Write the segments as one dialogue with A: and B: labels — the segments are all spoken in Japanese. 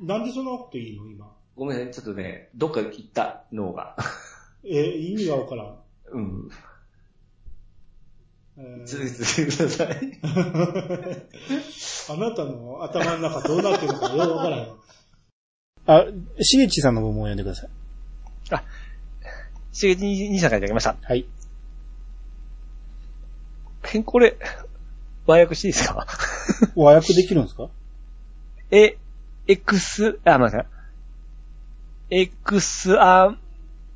A: なんでそんなこといいの今。
B: ごめんなさい、ちょっとね、どっか行った、脳が。
A: え、意味がわからん。
B: うん。
A: え
B: 続
A: ー
B: けてください。
A: あなたの頭の中どうなってるのかようわからんよ。
C: あ、しげちさんの文も読んでください。
D: しげち兄さんからいただきました。
C: はい。
D: えこれ、和訳していいですか
C: 和訳できるんですか
D: え、エクス、あ、待ってください。エクスア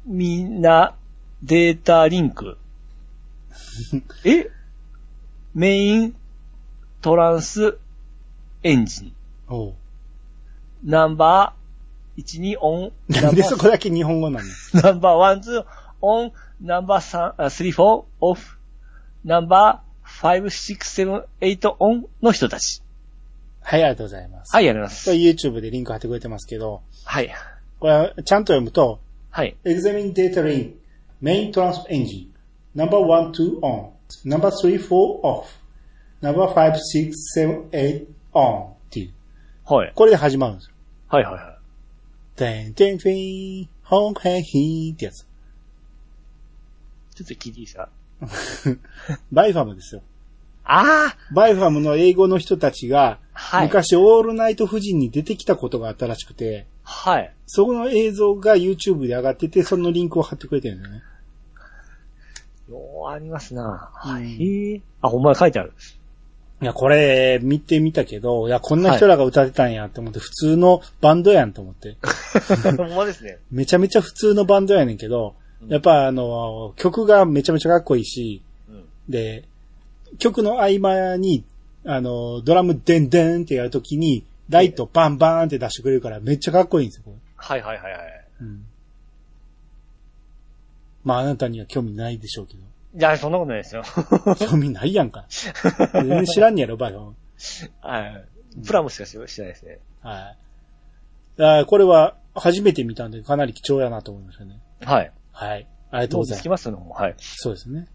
D: ミナデータリ ンク。えメイントランスエンジン。
C: おう
D: ナンバー12オン。
C: なんでそこだけ日本語なの
D: ナンバーワン、ツー、オン、ナンバー三、あスリー、フォー、オフ、ナンバー、ファイブ、シックス、セブン、エイト、オンの人たち。
C: はい、ありがとうございます。
D: はい、やります。
C: これ YouTube でリンク貼ってくれてますけど、
D: はい。
C: これはちゃんと読むと、
D: はい。
C: Examine data link, main transport engine, number 1, 2 on, number 3, 4 off, number 5, 6, 7, 8 on っていう。
D: はい。
C: これで始まるんですよ。
D: はい、はい、はい。
C: てんてんてん、ほんへんひんってやつ。
D: ちょっと聞いていいですか
C: バイファムですよ。
D: あ
C: バイファムの英語の人たちが、
D: あはい。
C: 昔オールナイト富士に出てきたことがあったらしくて、
D: はい。
C: そこの映像が YouTube で上がってて、そのリンクを貼ってくれてるんだよね。
D: ようありますな。は
C: うん
D: い。あ、ほんまに書い てある。
C: いや、これ、見てみたけど、いや、こんな人らが歌ってたんやって思って、普通のバンドやんと思って。
D: ほんまですね。
C: めちゃめちゃ普通のバンドやねんけど、やっぱあの、曲がめちゃめちゃかっこいいし、
D: うん
C: で、曲の合間に、あの、ドラムデンデンってやるときに、ライトバンバーンって出してくれるから、めっちゃかっこいいんですよ、これ
D: はい、はい、はい、はい。
C: うん。まあ、あなたには興味ないでしょうけど。
D: いや、そんなことないですよ。
C: 興味ないやんか。全然知らんねやろ、バイオン。
D: はい。プラムしかししてないですね。
C: はい。あーこれは初めて見たんでかなり貴重やなと思いましたね。
D: はい。
C: はい。ありがとう
D: ど
C: ご
D: う
C: ざ
D: で
C: い
D: つ
C: ます
D: き。ますのもうはい。
C: そうですね。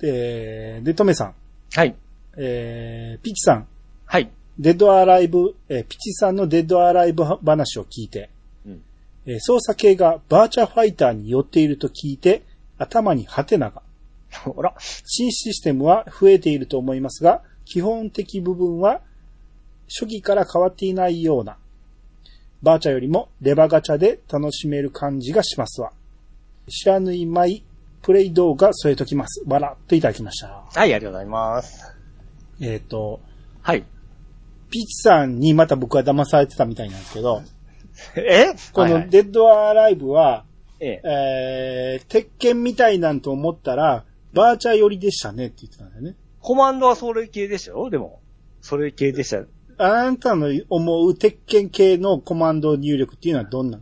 C: で、で、とめさん、
D: はい。
C: えー、ピチさん、
D: はい。
C: デッドアライブ、えーピチさんのデッドアライブ話を聞いて、
D: うん
C: えー操作系がバーチャファイターに寄っていると聞いて、頭にハテナが。
D: ほら。
C: 新システムは増えていると思いますが、基本的部分は初期から変わっていないような、バーチャよりもレバガチャで楽しめる感じがしますわ。知らぬいまいプレイ動画添えときます。笑っていただきました。
D: はい、ありがとうございます。
C: えっ、と、
D: はい。
C: ピーチさんにまた僕は騙されてたみたいなんですけど、
D: え
C: こ
D: はいは
C: の
D: い
C: デッドアライブは、
D: ええ
C: えー、鉄拳みたいなんと思ったら、バーチャ寄りでしたねって言ってたんだよね。
D: コマンドはそれ系でしたよ、でも。それ系でした。
C: あなたの思う鉄拳系のコマンド入力っていうのはどんな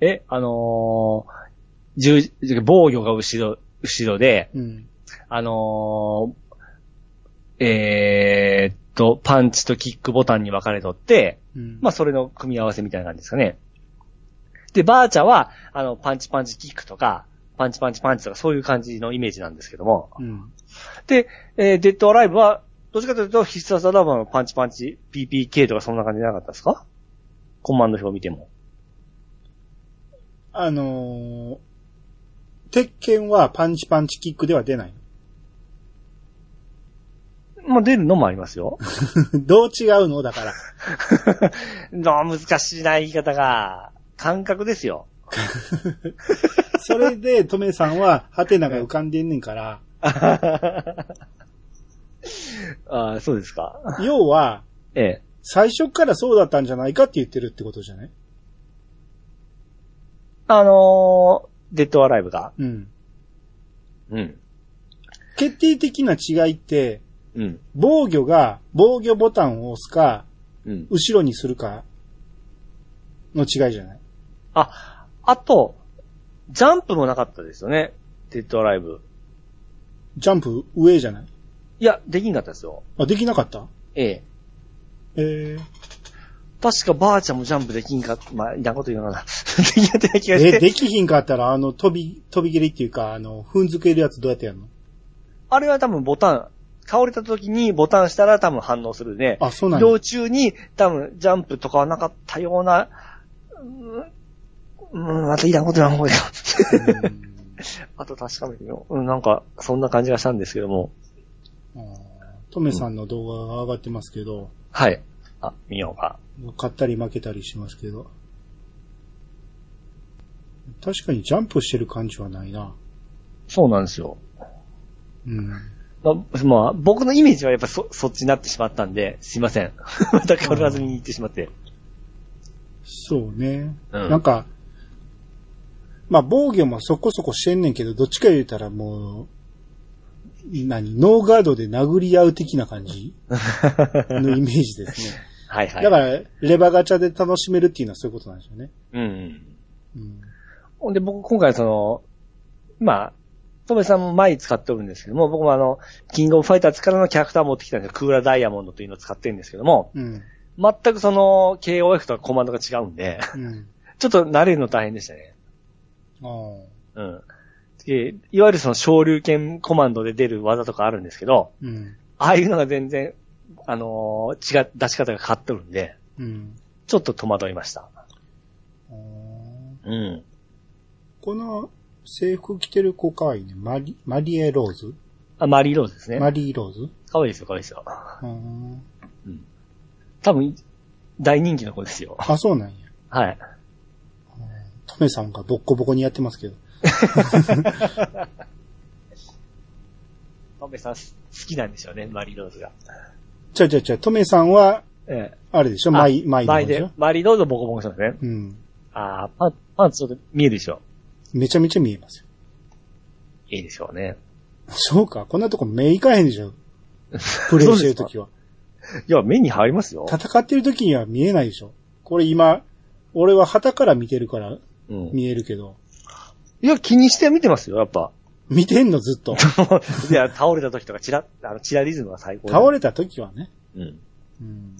D: え、あのー、十、防御が後ろ、後ろで、
C: うん。
D: あのー、えーっと、パンチとキックボタンに分かれとって、
C: うん。
D: まあ、それの組み合わせみたいな感じですかね。で、バーチャは、あの、パンチパンチキックとか、パンチパンチパンチとか、そういう感じのイメージなんですけども。
C: うん。
D: で、えーデッドアライブは、どっちかというと必殺アラバーのパンチパンチ、PPK とかそんな感じじゃなかったですかコマンド表見ても。
C: あのー、鉄拳はパンチパンチキックでは出ない
D: まあ、出るのもありますよ。
C: の。どう違うのだから。
D: な難しいな、言い方が。感覚ですよ。
C: それで、トメさんは、ハテナが浮かんでんねんから、
D: あーそうですか。
C: 要は、
D: ええ。
C: 最初からそうだったんじゃないかって言ってるってことじゃない
D: あのー、デッドアライブが。
C: うん。
D: うん。
C: 決定的な違いって、
D: うん。
C: 防御が防御ボタンを押すか、
D: うん。
C: 後ろにするか、の違いじゃない
D: あ、あと、ジャンプもなかったですよね。デッドアライブ。
C: ジャンプ上じゃない
D: いや、できんかったですよ。
C: あ、できなかった
D: ええ。
C: えー、
D: 確かばあちゃんもジャンプできんか、まあ、いなこと言うのかな。 できんかった気がし
C: え、
D: て。
C: できひんかったら、あの、飛び、飛び蹴りっていうか、あの、踏んづけるやつどうやってやるの
D: あれは多分ボタン、倒れた時にボタンしたら多分反応するね。
C: あ、そうな
D: 移
C: んだ。
D: 動中に多分ジャンプとかはなかったような、うん、うんまたいらんことな方がいいか。 あと確かめてみよう。うん、なんか、そんな感じがしたんですけども。
C: うんトメさんの動画が上がってますけど、
D: はい。あ、見ようか。
C: 勝ったり負けたりしますけど。確かにジャンプしてる感じはないな。
D: そうなんですよ。
C: うん。
D: まあ、まあ、僕のイメージはやっぱそ、そっちになってしまったんで、すいません。 また変わらずに行ってしまって。
C: そうね。
D: うん
C: なんか、まあ防御もそこそこしてんねんけど、どっちか言うたらもう、何ノーガードで殴り合う的な感じ のイメージですね。
D: はいはい。
C: だから、レバガチャで楽しめるっていうのはそういうことなんでしょうね。
D: うん。
C: うん。
D: ほんで、僕、今回その、まあ、トメさんも前使っておるんですけども、僕もあの、キングオブファイターズからのキャラクターを持ってきたんですよ。クーラダイヤモンドというのを使ってるんですけども、
C: うん。
D: 全くその、KOF とはコマンドが違うんで、
C: うん。
D: ちょっと慣れるの大変でしたね。
C: ああ。
D: うん。でいわゆるその、昇竜拳コマンドで出る技とかあるんですけど、
C: うん。
D: ああいうのが全然、あのー違う、出し方が変わっとるんで、
C: うん。
D: ちょっと戸惑いました。
C: あー
D: うん。
C: この制服着てる子かわいいね。マリ、マリエローズ
D: あ、マリーローズですね。
C: マリーローズ
D: かわいいですよ、かわいいですよ。
C: うーん。
D: 多分、大人気の子ですよ。
C: あ、そうなんや。
D: はい。
C: トメさんがボッコボコにやってますけど。
D: トメさんす好きなんでしょうね、マリーローズが。
C: ちゃうちゃうちゃう、トメさんは、
D: ええ。
C: あれでしょ
D: あ
C: マイ、マイの方
D: 前
C: でし
D: で
C: ょ、
D: マリーローズボコボコしたんですね。
C: うん。
D: ああ、パン、パンツちょっと見えるでしょ。
C: めちゃめちゃ見えますよ。
D: いいでしょうね。
C: そうか、こんなとこ目いかへんでし ょプレイしてるときは。
D: いや、目に入りますよ。
C: 戦ってるときには見えないでしょこれ今、俺は旗から見てるから
D: うん。い
C: 見えるけど、
D: や、気にして見てますよ、やっぱ。
C: 見てんのずっと。
D: いや、倒れた時とか、チラ、あの、チラリズムが最高。
C: 倒れたときはね。
D: うん。
C: うん。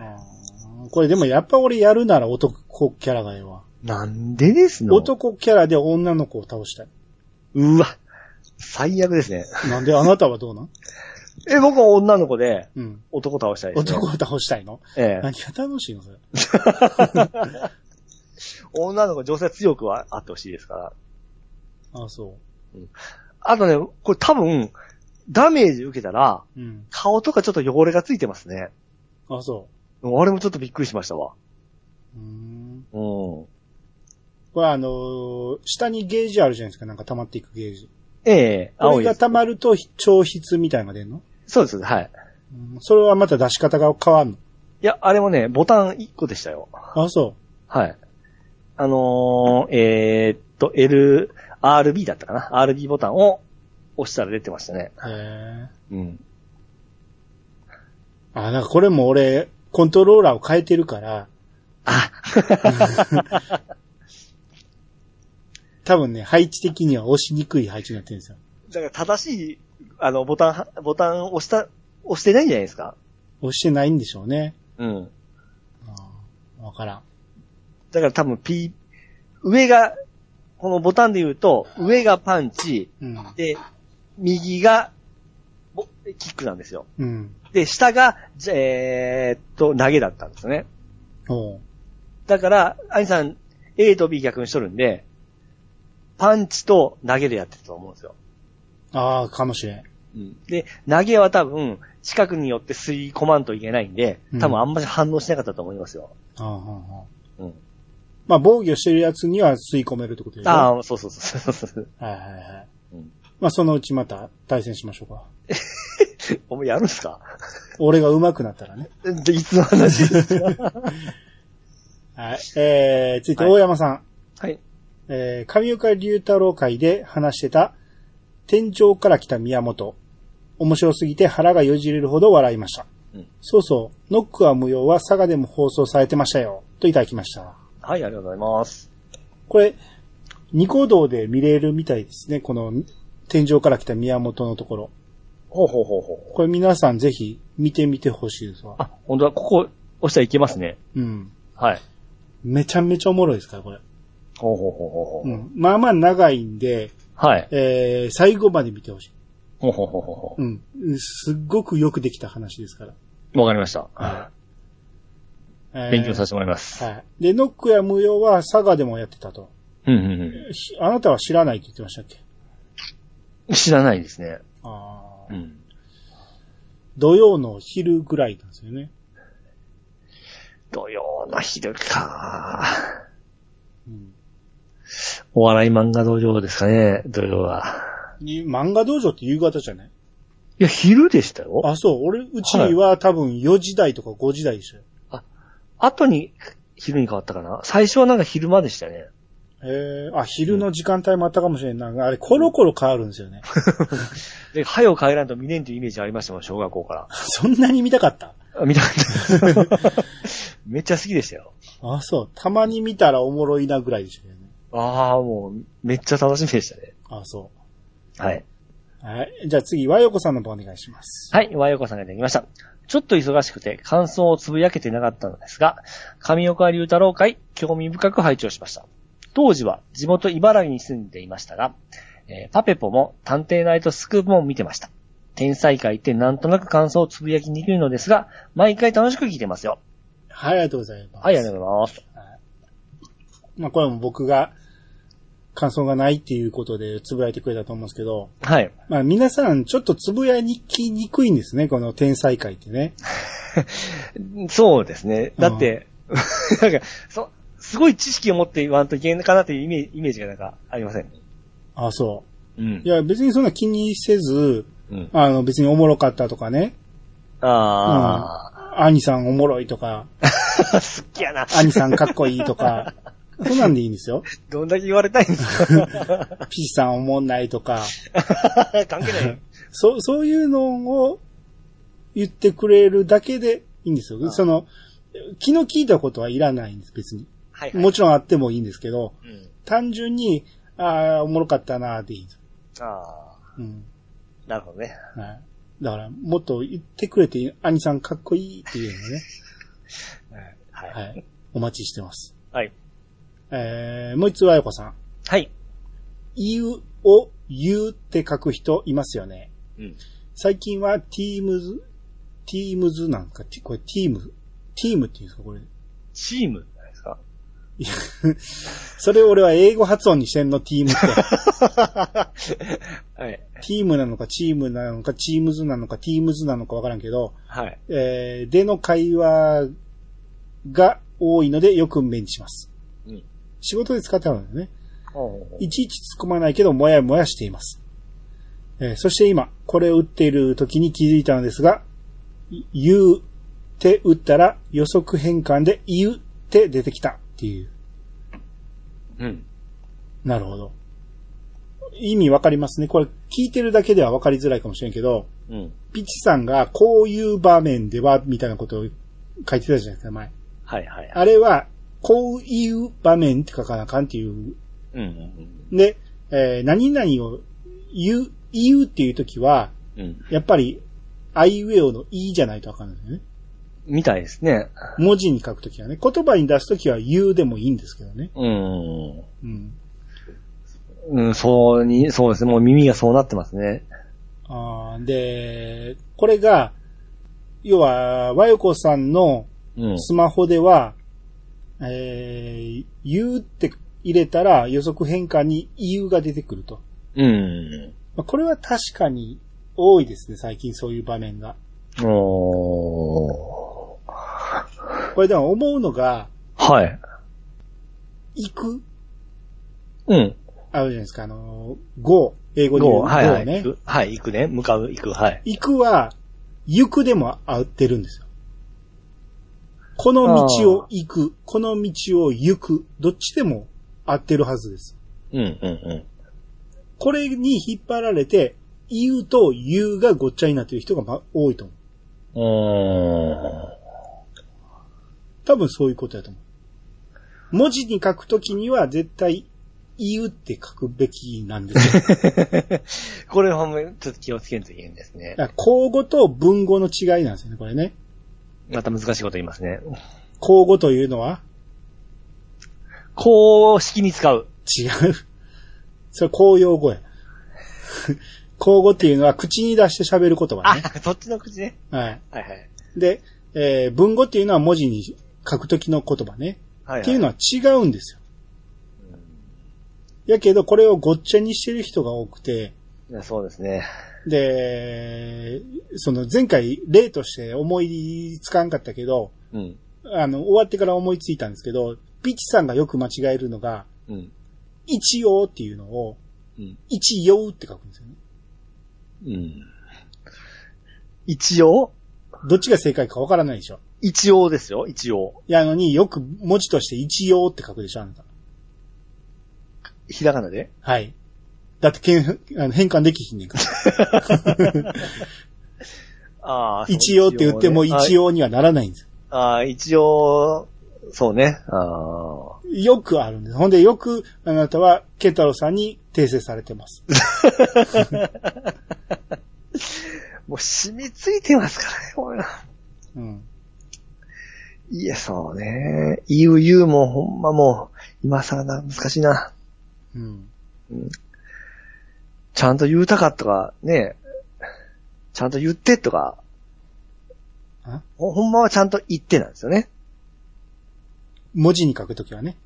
C: あーこれでもやっぱ俺やるなら男キャラがええわ。
D: なんでですの
C: 男キャラで女の子を倒したい。
D: うわ。最悪ですね。
C: なんであなたはどう なん
D: え、僕は女の子で、
C: うん。
D: 男倒したいです、ね。
C: 男を倒したいの
D: ええ。
C: 何が楽しいのそれ。
D: 女の子、女性は強くはあってほしいですから。
C: ああ、そ
D: あとね、これ多分、ダメージ受けたら、
C: う。うん。
D: 顔とかちょっと汚れがついてますね。
C: ああ、そ
D: あれもちょっとびっくりしましたわ。
C: う。うーん。
D: うん。
C: これあのー下にゲージあるじゃないですか。なんか溜まっていくゲージ。
D: ええ
C: こ
D: 青
C: れ
D: い
C: が
D: です。
C: 溜まると超筆みたいなのが出んの、
D: そうです、はい。
C: うん、それはまた出し方が変わんの
D: いや、あれもね、ボタン1個でしたよ。
C: ああ、そ
D: はい。あのー、えー、っと、L、RB だったかな ?RB ボタンを押したら出てましたね。
C: う。へえ。
D: うん。
C: あ、なんかこれも俺、コントローラーを変えてるから、
D: あ、
C: 多分ね、配置的には押しにくい配置になってるんですよ。
D: だから正しい、あの、ボタン、ボタンを押した、押してないんじゃないですか
C: 押してないんでしょうね。
D: うん。
C: うんわからん。
D: だから多分 P、上が、このボタンで言うと、上がパンチ、
C: うん。
D: で、右が、ぼキックなんですよ。
C: うん。
D: で、下が、じゃえーっと、投げだったんですよね。
C: おう
D: だから、アニさん、A と B 逆にしとるんで、パンチと投げでやってたと思うんですよ。
C: ああ、かもしれん。
D: で、投げは多分、近くによって吸い込まんといけないんで、多分あんまり反応しなかったと思いますよ。
C: ああ、ああ、
D: うん
C: まあ、防御してるやつには吸い込めるってことでしょ
D: ああ、そうそうそうそうそう。
C: はいはいはい。
D: うん
C: まあ、そのうちまた対戦しましょうか。
D: お前やるんすか
C: 俺が上手くなったらね。
D: でいつの話ですか
C: はい。えー、ついて
D: はい
C: 大山さん。
D: はい。
C: えー、上岡龍太郎会で話してた、天井から来た宮本。面白すぎて腹がよじれるほど笑いました。
D: うん
C: そうそう、ノックは無用は佐賀でも放送されてましたよ。といただきました。
D: はい、ありがとうございます。
C: これ、ニコ動で見れるみたいですね。この、天井から来た宮本のところ。
D: ほうほうほうほう。
C: これ皆さんぜひ見てみてほしいですわ。
D: あ、本当だ、ここ押したらいけますね。
C: うん。
D: はい。
C: めちゃめちゃおもろいですから、これ。
D: ほうほうほうほうほう。
C: うん。まあまあ長いんで、
D: はい。
C: えー、最後まで見てほしい。
D: ほうほうほうほうほ
C: うん。すっごくよくできた話ですから。
D: う。わかりました。
C: えー
D: 勉強させてもらいます。
C: はい。で、ノックや無用は佐賀でもやってたと。
D: うんうん
C: しあなたは知らないって言ってましたっけ
D: うん。知らないですね。
C: ああ
D: う。ん。
C: 土曜の昼ぐらいなんですよね。
D: 土曜の昼か。
C: うん。
D: お笑い漫画道場ですかね、土曜は。
C: に漫画道場って夕方じゃない
D: いや、昼でしたよ。
C: あ、そう。俺、うちには多分4時台とか5時台でしたよ。
D: 後に昼に変わったかな。最初はなんか昼間でしたね。
C: えー、あ、昼の時間帯もあったかもしれんない。あれ、コロコロ変わるんですよね。
D: で、早く帰らんと見ねんというイメージありましたもん、小学校から。
C: そんなに見たかった
D: あ見たか った。めっちゃ好きでしたよ。
C: あ、そう。たまに見たらおもろいなぐらいでしたよね。
D: ああ、もう、めっちゃ楽しみでしたね。
C: あ、そ
D: はい。
C: う。はい。じゃあ次、和横さんの方お願いします。
D: はい、和洋子さんができました。ちょっと忙しくて感想をつぶやけてなかったのですが、上岡龍太郎会、興味深く拝聴しました。当時は地元茨城に住んでいましたが、えーパペポも探偵ナイトスクープも見てました。天才会ってなんとなく感想をつぶやきにくいのですが、毎回楽しく聞いてますよ。
C: はい、ありがとうございます。
D: はい、ありがとうございます。
C: まあ、これも僕が感想がないっていうことでつぶやいてくれたと思うんですけど、
D: はい。
C: まあ、皆さんちょっとつぶやきにくいんですね、この天才会ってね。
D: そうですね。だって、 なんか、そ、すごい知識を持って言わんといけんかなというイメージイメージがなんかありません。
C: あ、そうう。
D: ん
C: い。や、別にそんな気にせず、
D: うん、
C: あの、別におもろかったとかね、
D: あ
C: 兄さんおもろいとか、
D: あ、好きやな。
C: 兄さんかっこいいとか、そんなんでいいんですよ。
D: どんだけ言われたいんですか
C: P さんおもんないとか、
D: 関係ない。
C: そう、そういうのを言ってくれるだけでいいんですよ。その、気の利いたことはいらないんです、別に。
D: はい、はい。
C: もちろんあってもいいんですけど、
D: うん、
C: 単純に、ああ、おもろかったなーでいいんです。
D: あ
C: うん。
D: あ、なるほどね。
C: はい。だから、もっと言ってくれて、兄さんかっこいいっていうのね。
D: はい。は。
C: はいい。お待ちしてます。
D: はい。
C: えー、もう一つはよこさん。
D: はい。
C: いうを言うって書く人いますよね。
B: うん
C: 最近は Teams、Teams なんか、てこれ Team、Team っていうんですか、これ。
D: チームじ ゃないですか。
C: それ俺は英語発音にしてんの、Team って。
D: はい。
C: Team なのか、チームなのか、Teams なのか、Teams なのかわからんけど、
D: はい。
C: えーでの会話が多いのでよく目にします。
B: うん
C: 仕事で使ってあるんだよね。
D: おうおうおう
C: いちいち突っ込まないけど、もやもやしています。えーそして今、これを打っている時に気づいたのですが、い言うって打ったら予測変換で言うって出てきたっていう。
B: うん。
C: なるほど。意味わかりますね。これ聞いてるだけではわかりづらいかもしれんけど、
B: うん。
C: ピチさんがこういう場面では、みたいなことを書いてたじゃないですか、前。
B: はいはい。
C: あれは、こういう場面って書かなあかんっていう
B: うんうん
C: で、えー何々を言う、言うっていう時は、
B: うん。うん。
C: やっぱり、あいうえおのいいじゃないとわかんないんだよね。
D: みたいですね。
C: 文字に書くときはね、言葉に出すときは言うでもいいんですけどね。
D: うん。
C: うん。
D: うん、そうに、そうですね。もう耳がそうなってますね。
C: あーで、これが、要は、和よこさんの
D: うん。
C: スマホでは、えー言うって入れたら予測変換に言うが出てくると。
D: うん。
C: まあこれは確かに多いですね、最近そういう場面が。
D: おー
C: これでも思うのが、
D: はい。
C: 行く
D: うん。
C: あるじゃないですか、あのー、go、英語で言う
D: どうはい、はい
C: go ね
D: 行。くはい、行くね。向かう、行く。はい。
C: 行くは、行くでも合ってるんですよ。この道を行く、この道を行く、どっちでも合ってるはずです。
D: うん、うん、
C: これに引っ張られて、言うと言うがごっちゃになってる人がま多いと思う。
D: うん。う
C: 多分そういうことだと思う。文字に書くときには絶対、言うって書くべきなんです よ。
D: ーん。これはもう、ちょっと気をつけんといけんですね。
C: だから口語と文語の違いなんですよね、これね。
D: また難しいこと言いますね。
C: 口語というのは、
D: 公式に使う。
C: 違う。それ、公用語や。 口語っていうのは口に出して喋る言葉ね。
D: あ、そっちの口ね。
C: はい。
D: はいはい。
C: で、えー文語っていうのは文字に書くときの言葉ね。
D: はは
C: っていうのは違うんですよ。やけど、これをごっちゃにしてる人が多くて、
D: いやそうですね。
C: で、その前回例として思いつかんかったけど、
D: うん。
C: あの、終わってから思いついたんですけど、ピッチさんがよく間違えるのが、
D: うん。
C: 一応っていうのを
D: うん、
C: 一様って書くんですよね。
B: うん。
D: 一応
C: どっちが正解かわからないでしょ。
D: 一応ですよ、一応。
C: やのによく文字として一応って書くでしょ、あなた。
D: ひらがなで。
C: はい。だってけんあの変換できひんねんから。
D: ああ。そう
C: 一応って言っても
D: ね
C: 一応にはならないんですよ。
D: ああ、一応、そうね。あ
C: よくあるんです。ほんでよくあなたはケンタロウさんに訂正されてます。
D: あ。もう染みついてますからね、これは。
C: うん。
D: いや、そうね。EUU もほんまもう、今更な、難しいな。
C: うん。
D: ちゃんと言うたかとか、ね。ちゃんと言ってとか
C: あ。
D: ほほんまはちゃんと言ってなんですよね。
C: 文字に書くときはね。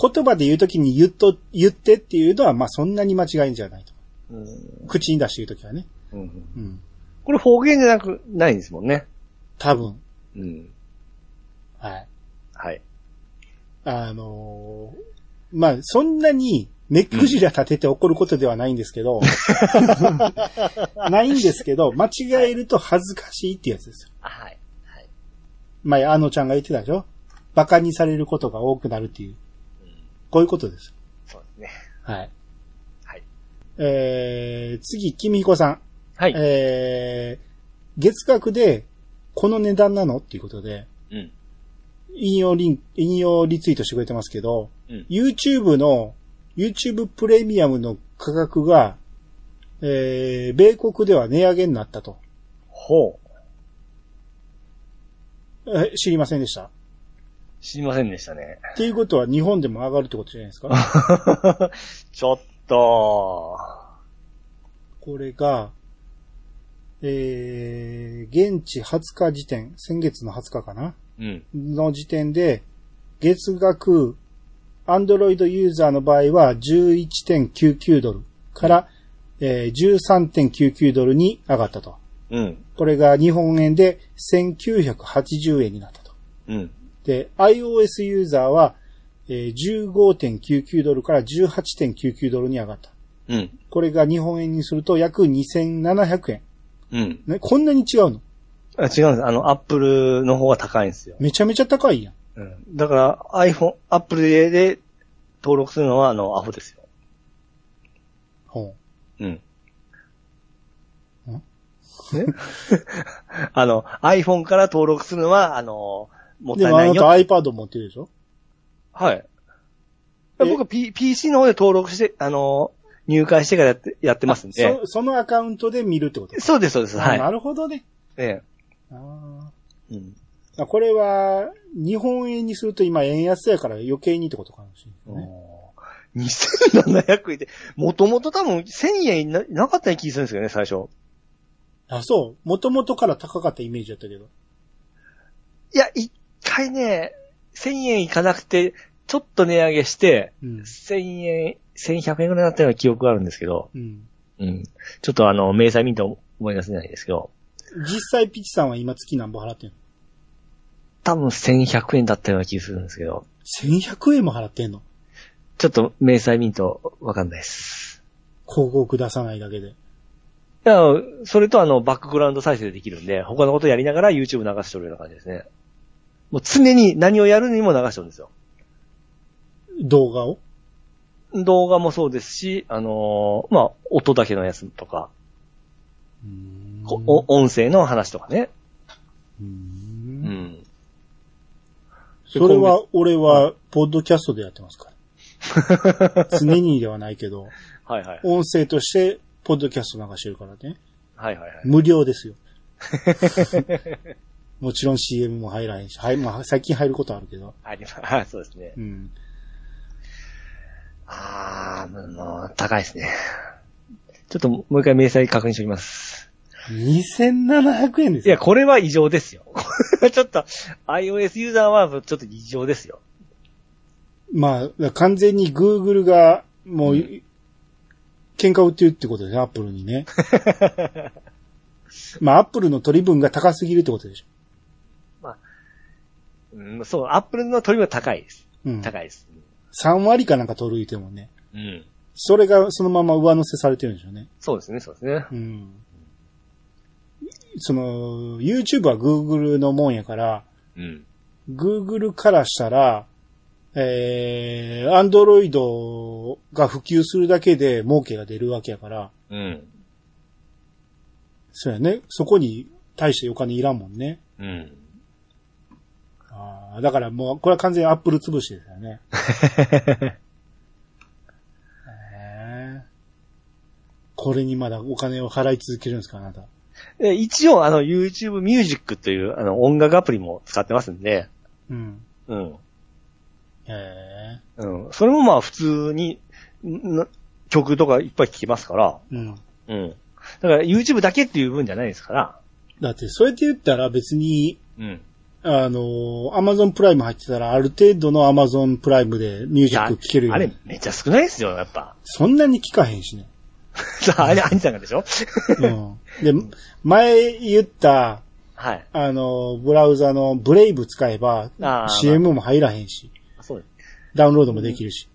C: 言葉で言うときに言っと、言ってっていうのは、まあそんなに間違いじゃないと。
D: うん。
C: 口に出して言うときはね。
B: うん。
C: うん。
D: これ方言じゃなく、ないんですもんね。
C: 多分。
B: うん。
C: はい。
B: はい。
C: あのーまあそんなに、目くじら立てて怒ることではないんですけど、ないんですけど、間違えると恥ずかしいってやつですよ。
B: はい。
C: 前、あのちゃんが言ってたでしょ馬鹿にされることが多くなるっていう。こういうことです。
B: そうですね。
C: はい。
B: はい。
C: えー、次、君彦さん。
B: はい
C: えー、月額で、この値段なのっていうことで、
B: うん。
C: 引用リン、引用リツイートしてくれてますけど、
B: うん
C: YouTube の、YouTube プレミアムの価格が、えー、米国では値上げになったと。
D: ほう。
C: え知りませんでした。
B: 知りませんでした ね。
C: っていうことは日本でも上がるってことじゃないですか。
D: ちょっと、
C: これが、えー、現地20日時点、先月の20日かな
B: うん。
C: の時点で、月額、アンドロイドユーザーの場合は11.99ドルから、えー、13.99ドルに上がったと。
B: うん。
C: これが日本円で1980円になったと。
B: うん。
C: で、iOS ユーザーは、えー、15.99ドルから18.99ドルに上がった。
B: うん。
C: これが日本円にすると約2700円。
B: うん。
C: ね、こんなに違うの
D: あ違うんです。あの、アップルの方が高いんですよ。
C: めちゃめちゃ高いやん。
D: うん。だから、iPhone、アップルで登録するのは、あの、アホですよ。
C: ほ
B: うん。
D: あの、iPhone から登録するのは、あの、もっ
C: うで
D: たい
C: もあ
D: な
C: ないた
D: よ。
C: iPad 持ってるでしょ
D: はい。僕は P、PC の方で登録して、あの、入会してからやって、やってますんで。
C: そそのアカウントで見るってこと
D: そうです、そうです。は
C: あ
D: い。
C: なるほどね。
D: え
C: あ
D: えうん。
C: ーこれは、日本円にすると今円安やから余計にってことかもしれないね、
D: 2700円って、もともと多分1000円ななかったような気がするんですよね、最初。
C: あ、そう。もともとから高かったイメージだったけど。
D: いや、一回ね、1000円いかなくて、ちょっと値上げして、
C: うん。
D: 1000円、1100円ぐらいになったような記憶があるんですけど、
C: うん。
D: うん。ちょっとあの、明細見て思い出せないですけど、
C: 実際ピチさんは今月何本払ってんの
D: 多分1100円だったような気がするんですけど、
C: ?1100 円も払ってんの
D: ちょっと明細見んとわかんないです。
C: 広告出さないだけで。
D: いや、それとあの、バックグラウンド再生できるんで、他のことやりながら YouTube 流しとるような感じですね。もう常に何をやるにも流しとるんですよ。
C: 動画を
D: 動画もそうですし、あのーまあ、音だけのやつとか、こお音声の話とかね。
C: う
B: う
C: ー
B: んん。
C: それは、俺は、ポッドキャストでやってますから。 常にではないけど、
D: はいはい。
C: 音声として、ポッドキャスト流してるからね。
D: はいはいはい。
C: 無料ですよ。 もちろん CM も入らへんし、はい、まあ最近入ることあるけど。
D: あります。はいそうですね。
C: うん。
D: あー、もう、高いですね。ちょっともう一回明細確認しておきます。
C: 2700円です
D: いや、
C: よ。
D: これは異常ですよ。 これはちょっと、iOS ユーザーはちょっと異常ですよ。
C: まあ、だから完全に Google が、もう、喧嘩売ってるってことですね、Apple にね。 まあ、Apple の取り分が高すぎるってことでしょ。
D: うん、そう、Apple の取り分高いです。
C: うん。
D: 高いです。
C: 3割かなんか取る言うてもね。
D: うん。
C: それがそのまま上乗せされてるんでしょうね。
D: そうですね、そうですね。
C: うん。その、YouTube は Google のもんやから、
D: うん。
C: Google からしたら、えー、Android が普及するだけで儲けが出るわけやから、
D: うん。
C: そうやね。そこに対してお金いらんもんね。
D: うん。
C: あーだからもう、これは完全に Apple 潰しですよね。 へーこれにまだお金を払い続けるんですか、あなた。
D: で一応、あの、YouTube Music という、あの、音楽アプリも使ってますんで、
C: うん。
D: うん。
C: へえ。
D: うん。それもまあ、普通に、んな曲とかいっぱい聴きますから、
C: うん。
D: うん。だから YouTube だけっていう分じゃないですから、
C: だって、そうやって言ったら別に、
D: うん。
C: あの、アマゾンプライム入ってたら、ある程度のアマゾンプライムでミュージック聴けるよ
D: あ
C: ね
D: れ、めっちゃ少ないですよ、やっぱ。
C: そんなに聴かへんしね。
D: あれ、アニさんがでしょ
C: うん。で、前言った、
D: はい。
C: あの、ブラウザのブレイブ使えば
D: あー、
C: CM も入らへんし、
D: そうです。
C: ダウンロードもできるし。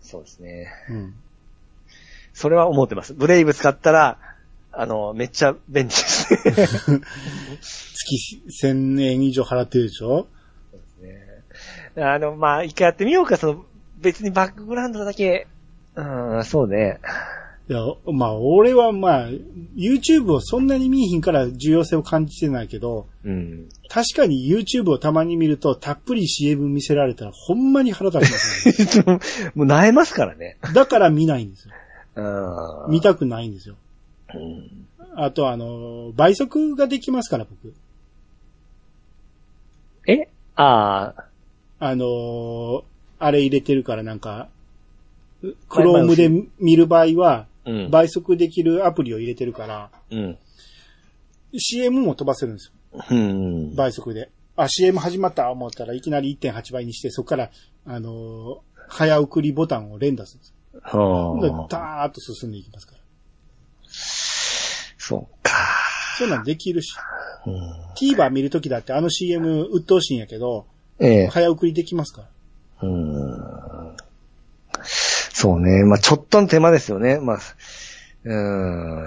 D: そうですね。
C: うん。
D: それは思ってます。ブレイブ使ったら、あの、めっちゃ便利ですね。
C: 月1000円以上払ってるでしょ
D: あの、まあ、一回やってみようか、その、別にバックグラウンドだけ、うん、そうね。
C: いや、まあ、俺はまあ、YouTube をそんなに見えひんから重要性を感じてないけど、
D: うん。
C: 確かに YouTube をたまに見ると、たっぷり CM 見せられたら、ほんまに腹立ちます、ね。
D: もう、萎えますからね。
C: だから見ないんですよ。
D: うん。
C: 見たくないんですよ。
D: うん
C: あと、あの、倍速ができますから、僕。
D: えああ、
C: あの、あれ入れてるから、なんか、
D: 前々
C: Chrome で見る場合は、
D: うん。
C: 倍速できるアプリを入れてるから、
D: うん。
C: CM も飛ばせるんですよ。
D: うん。
C: 倍速で。あ、CM 始まった思ったらいきなり1.8倍にして、そこから、あのー早送りボタンを連打するんですよ。で
D: は
C: ダ
D: あ。
C: ーッと進んでいきますから。
D: そうか。
C: そうなんできるし。
D: うん。
C: TVer 見るときだってあの CM 鬱陶しいんやけど、
D: ええ。
C: 早送りできますから。
D: うん。そうね。まあ、ちょっとの手間ですよね。まあ、うん。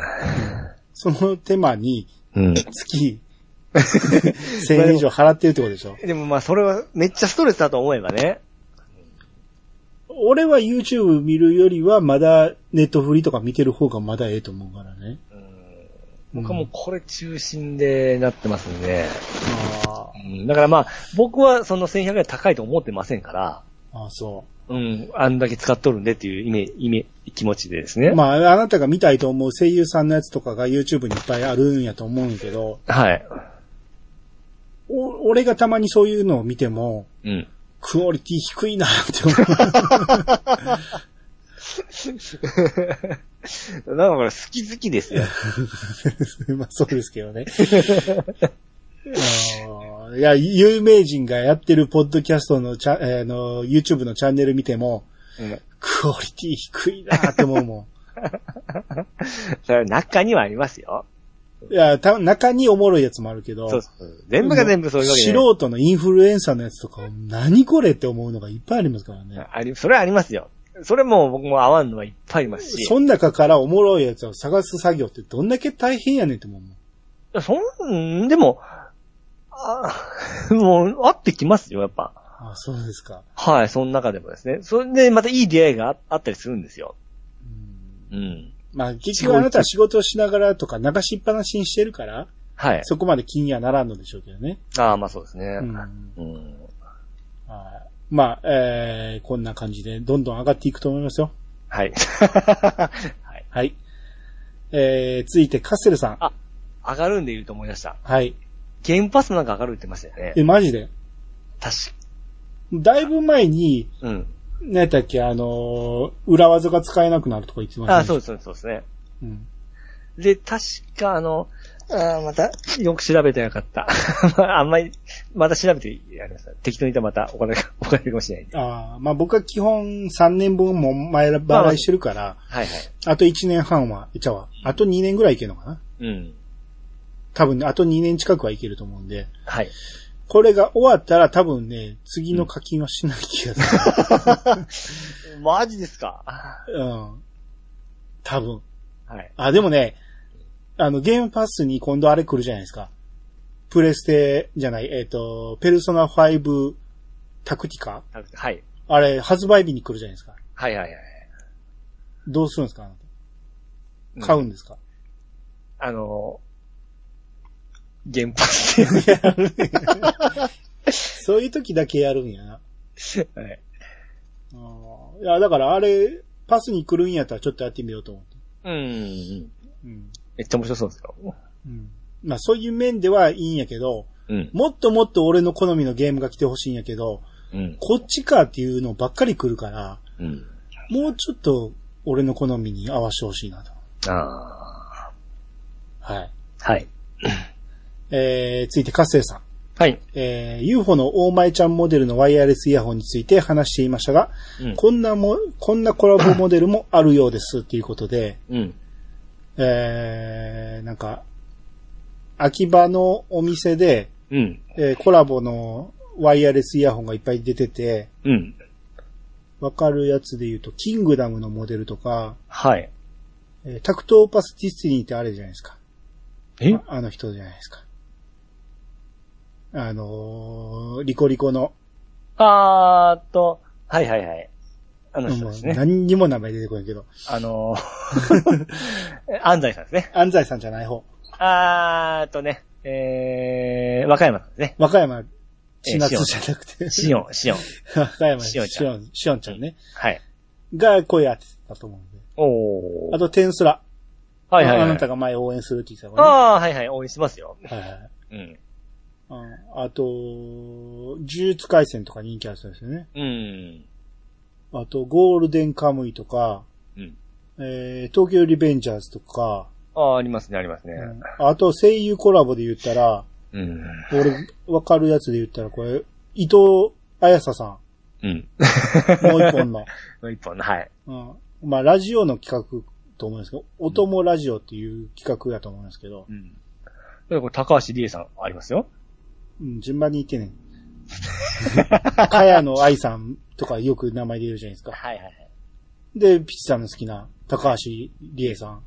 C: その手間に
D: うん。
C: 月1000円以上払ってるってことでしょ。
D: でもまあ、それはめっちゃストレスだと思えばね。
C: 俺は YouTube 見るよりはまだネットフリとか見てる方がまだええと思うからね。
D: 僕はもうこれ中心でなってますんで。
C: あ
D: うん、だからまあ、僕はその1100円高いと思ってませんから、
C: あ、そ
D: うん、あんだけ使っとるんでっていうイメ、イメ、気持ちでですね。
C: う。まあ、あなたが見たいと思う声優さんのやつとかが YouTube にいっぱいあるんやと思うんやけど、
D: はい。
C: お俺がたまにそういうのを見ても、
D: うん。
C: クオリティ低いなって思
D: だから好き好きです よ。
C: う。 まあ、そうですけどね。あーいや、有名人がやってるポッドキャストのチャ、えーの、YouTube のチャンネル見ても、
D: うん
C: クオリティ低いなって思うも
D: それは中にはありますよ。
C: ん。いや、た中におもろいやつもあるけど、
D: そうそう。全部が全部そういうわけじゃない
C: 素人のインフルエンサーのやつとか、何これって思うのがいっぱいありますからね。
D: あり、それはありますよ。それも僕も合わんのはいっぱいありますし。
C: そん中からおもろいやつを探す作業ってどんだけ大変やねんって思うもん。
D: そん、でも、あ もう、合ってきますよ、やっぱ。
C: あそうですか。
D: はい、その中でもですね。それで、またいい出会いがああったりするんですよ。うん。
C: まあ、結局あなたは仕事をしながらとか流しっぱなしにしてるから、
D: はい。
C: そこまで気にはならんのでしょうけどね。
D: ああ、まあそうですね。
C: う。
D: うんん。
C: はいまあ、えー、こんな感じでどんどん上がっていくと思いますよ。
D: はい。 はい。
C: はい。えー、続いてカッセルさん。
D: あ上がるんで言うと思い出した。
C: はい。
D: ゲームパスなんか上がるって言ってましたよね。
C: え、マジで
D: 確
C: だいぶ前に、
D: か。うん。
C: 何やったっけ、あのー裏技が使えなくなるとか言ってました、ね。
D: あ、そうです、そうですね。
C: うん。
D: で、確かあの、あーまた、よく調べてなかった。 まああんまり、また調べてやります。適当に言ったらまたお金が、お金かもしれないんで。
C: ああ、まあ僕は基本3年分も前払いしてるから、
D: はいはい。
C: あと1年半は、ちゃうわ、あと2年ぐらいいけるのかな
D: うん。
C: 多分ね、あと2年近くはいけると思うんで、
D: はい。
C: これが終わったら多分ね、次の課金はしない気がす
D: マジですか
C: る。うん。多分。
D: はい。
C: あ、でもね、あの、ゲームパスに今度あれ来るじゃないですか。プレステじゃない、えっ、と、ペルソナ5タクティカ
D: はい。
C: あれ、発売日に来るじゃないですか。
D: はいはいはい。
C: どうするんですかあなた買うんですか、
D: あの、原発で。
C: そういう時だけやるんやな。
D: はい。
C: あーいや、だからあれ、パスに来るんやったらちょっとやってみようと思って。
D: うん。
C: うん。
D: めっちゃ面白そうですよ。
C: うん。まあそういう面ではいいんやけど、
D: うん。
C: もっともっと俺の好みのゲームが来てほしいんやけど、
D: うん。
C: こっちかっていうのばっかり来るから、
D: うん。
C: もうちょっと俺の好みに合わせてほしいなと。
D: あ
C: はい。
D: あ。はい。
C: えー、続いてカッセイさん。
D: はい。
C: えー、UFO の大前ちゃんモデルのワイヤレスイヤホンについて話していましたが、
D: うん
C: こんなも、こんなコラボモデルもあるようですっていうことで、
D: うん。
C: えー、なんか、秋葉のお店で、
D: うん。
C: えーコラボのワイヤレスイヤホンがいっぱい出てて、
D: うん。
C: わかるやつで言うと、キングダムのモデルとか、
D: はい。
C: えータクトーパスティスティニーってあれじゃないですか。
D: え
C: ああの人じゃないですか。あのーリコリコの、
D: あーっと、はいはいはい。あの人
C: も
D: で
C: う
D: すね。
C: 何にも名前出てこないけど、
D: あのー、 安西さんですね。
C: 安西さんじゃない方、
D: あーっとね、えー、和歌山さんですね。
C: 和歌山、千
D: え
C: 夏
D: ー
C: じゃなくて、
D: シオン、シオン。
C: 和歌山、
D: しおんち
C: し
D: ゃ
C: おん、しおんちゃんね、
D: はい。
C: が声当てたと思うんで。
D: おー。
C: あと、テンスラ。
D: はいはい、はい。
C: あなたが前応援するって言ってたからね。
D: ああ、はいはい、応援しますよ。
C: はいはい
D: うん。
C: うんあと、呪術回戦とか人気あるそうですよね。
D: うん。
C: あと、ゴールデンカムイとか、
D: うん
C: えー東京リベンジャーズとか、
D: ああ、ありますね、ありますね。
C: うんあと声優コラボで言ったら、
D: うん。
C: 俺、わかるやつで言ったら、これ、伊藤綾沙さ
D: うん。
C: ん、もう一 本の、
D: 一本の、はい。
C: うん。まあ、ラジオの企画と思うんですけど、音もラジオっていう企画だと思うんですけど、
D: うん。これ、高橋理恵さんありますよ。
C: うん、順番に言って ね。かやの愛さんとかよく名前で言うじゃないですか。
D: はいはいはい。
C: で、ピチさんの好きな高橋理恵さん、